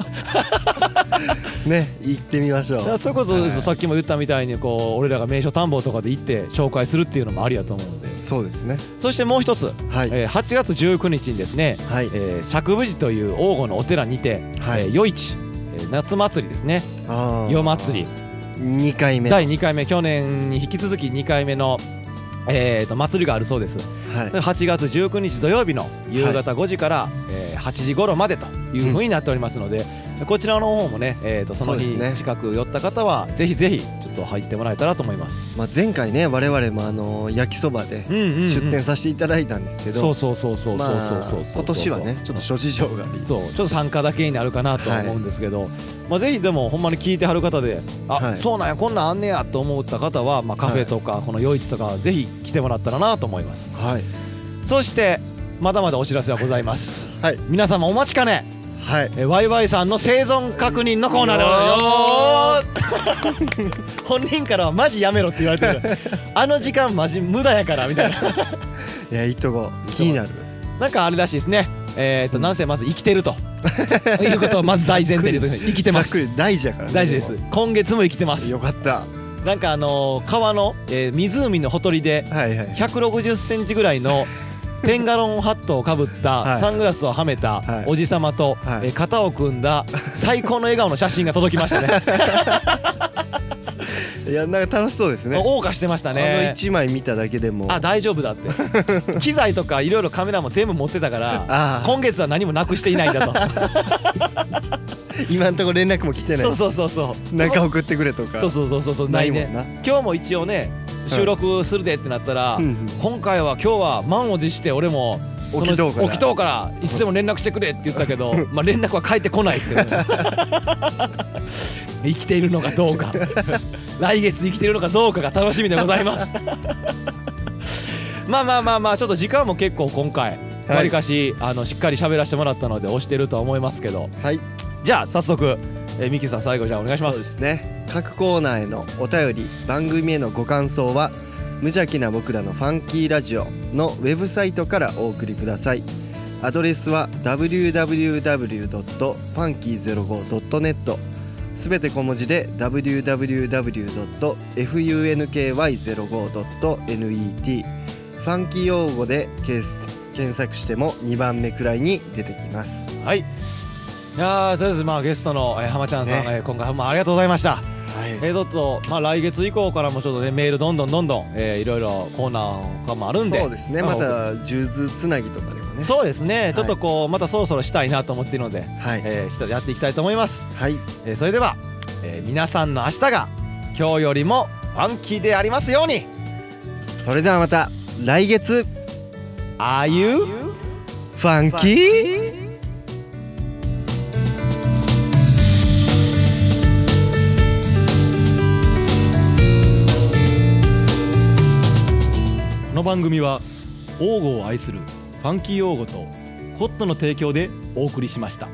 [SPEAKER 1] ね行ってみましょ
[SPEAKER 2] だから
[SPEAKER 1] う
[SPEAKER 2] それこそ、
[SPEAKER 1] はい
[SPEAKER 2] さっきも言ったみたいにこう俺らが名所探訪とかで行って紹介するっていうのもありやと思うので
[SPEAKER 1] そうですね
[SPEAKER 2] そしてもう一つ、
[SPEAKER 1] はい
[SPEAKER 2] えー8月19日にですね、
[SPEAKER 1] はい
[SPEAKER 2] えー、釈部寺という王金のお寺にて、
[SPEAKER 1] はい
[SPEAKER 2] えー夜市、えー夏祭りですね
[SPEAKER 1] あー
[SPEAKER 2] 夜祭り
[SPEAKER 1] 2回目
[SPEAKER 2] 第2回目去年に引き続き2回目の、えー、と祭りがあるそうです
[SPEAKER 1] はい
[SPEAKER 2] 8月19日土曜日の夕方5時から、えー8時頃までというふうになっておりますので、こちらの方もね、えー、とその
[SPEAKER 1] そ
[SPEAKER 2] 日
[SPEAKER 1] うですね
[SPEAKER 2] 近く寄った方はぜひぜひちょっと入ってもらえたらと思います。
[SPEAKER 1] まあ、前回ね我々もあの焼きそばで
[SPEAKER 2] うんうんうん
[SPEAKER 1] 出店させていただいたんですけ
[SPEAKER 2] そ
[SPEAKER 1] ど
[SPEAKER 2] うそうそうそうそうそうそうそう
[SPEAKER 1] まあ今年はねちょっと諸事情があり
[SPEAKER 2] そうちょっと参加だけになるかなとは思うんですけど、まあ、ぜひでもほんまに聞いてはる方であ、
[SPEAKER 1] はい
[SPEAKER 2] そうなんやこんなんあんねやと思った方は、まあ、カフェとかこの夜市とかぜひ来てもらったらなと思います
[SPEAKER 1] はい
[SPEAKER 2] そしてまだまだお知らせはございます、
[SPEAKER 1] はい
[SPEAKER 2] 皆様お待ちかね
[SPEAKER 1] はい
[SPEAKER 2] えーワイワイさんの生存確認のコーナーでございます本人からはマジやめろって言われ てるあの時間マジ無駄やからみたいない
[SPEAKER 1] やいとこ気になる
[SPEAKER 2] なんかあれらしいですね。えっ、と、なんせまず生きてると。いうことをまず大前提に生きてま
[SPEAKER 1] ざっ
[SPEAKER 2] す。
[SPEAKER 1] くり大事やからね
[SPEAKER 2] 大事です。今月も生きてます
[SPEAKER 1] よ。かった
[SPEAKER 2] なんかあのー川の、えー湖のほとりで
[SPEAKER 1] はいはい
[SPEAKER 2] 160センチぐらい の。テンガロンハットをかぶっ
[SPEAKER 1] は
[SPEAKER 2] た
[SPEAKER 1] い
[SPEAKER 2] サングラスをはめた
[SPEAKER 1] はい
[SPEAKER 2] おじさまと
[SPEAKER 1] はい
[SPEAKER 2] えー肩を組んだ最高の笑顔の写真が届きましたね。
[SPEAKER 1] いやなんか楽しそうです ね
[SPEAKER 2] 謳歌してました
[SPEAKER 1] あの
[SPEAKER 2] ね。
[SPEAKER 1] 一枚見ただけでも
[SPEAKER 2] あ大丈夫だって 機材とかいろいろカメラも全部持ってたから
[SPEAKER 1] あー
[SPEAKER 2] 今月は何もなくしていないんだ と
[SPEAKER 1] 今んとこ連絡も来てない
[SPEAKER 2] そうそうそうそう
[SPEAKER 1] なんか送ってくれとか
[SPEAKER 2] そうそうそうそうそうない
[SPEAKER 1] も
[SPEAKER 2] ね
[SPEAKER 1] んな
[SPEAKER 2] 今日も一応ね収録するでってなったら、
[SPEAKER 1] うんうん
[SPEAKER 2] 今回は今日は満を持して俺もその
[SPEAKER 1] 沖道から
[SPEAKER 2] 沖道からいつでも連絡してくれって言ったけどまあ連絡は返ってこないですけど ね生きているのかどうか来月生きているのかどうかが楽しみでございます まあまあまあまあちょっと時間も結構今回わりかし、あのしっかり喋らせてもらったので押してるとは思いますけど
[SPEAKER 1] はい
[SPEAKER 2] じゃあ早速、えーミキさん最後じゃあお願いしま
[SPEAKER 1] そうですすね各コーナーへのお便り番組へのご感想は「無邪気な僕らのファンキーラジオ」のウェブサイトからお送りくださいアドレスは www.funky05.net すべて小文字で www.funky05.net ファンキー用語で検検索しても2番目くらいに出てきます
[SPEAKER 2] はい。いやーとりあえずまあゲストのえー浜ちゃんさん、
[SPEAKER 1] ね
[SPEAKER 2] えー今回もありがとうございました。
[SPEAKER 1] はい
[SPEAKER 2] えー、ちょっとまあ来月以降からもちょっとねメールどんどんどんどん、えーいろいろコーナーとかもあるんで。
[SPEAKER 1] そうですねまた数珠つなぎとかでもね
[SPEAKER 2] そうですね、
[SPEAKER 1] い
[SPEAKER 2] ちょっとこうまたそろそろしたいなと思っているので、
[SPEAKER 1] はい
[SPEAKER 2] えー、ちょっとやっていきたいと思います、
[SPEAKER 1] はい
[SPEAKER 2] えーそれでは、えー皆さんの明日が今日よりもファンキーでありますように
[SPEAKER 1] それではまた来月
[SPEAKER 2] ああいう
[SPEAKER 1] ファンキー
[SPEAKER 2] この番組は王語を愛するファンキー王語とコットの提供でお送りしました。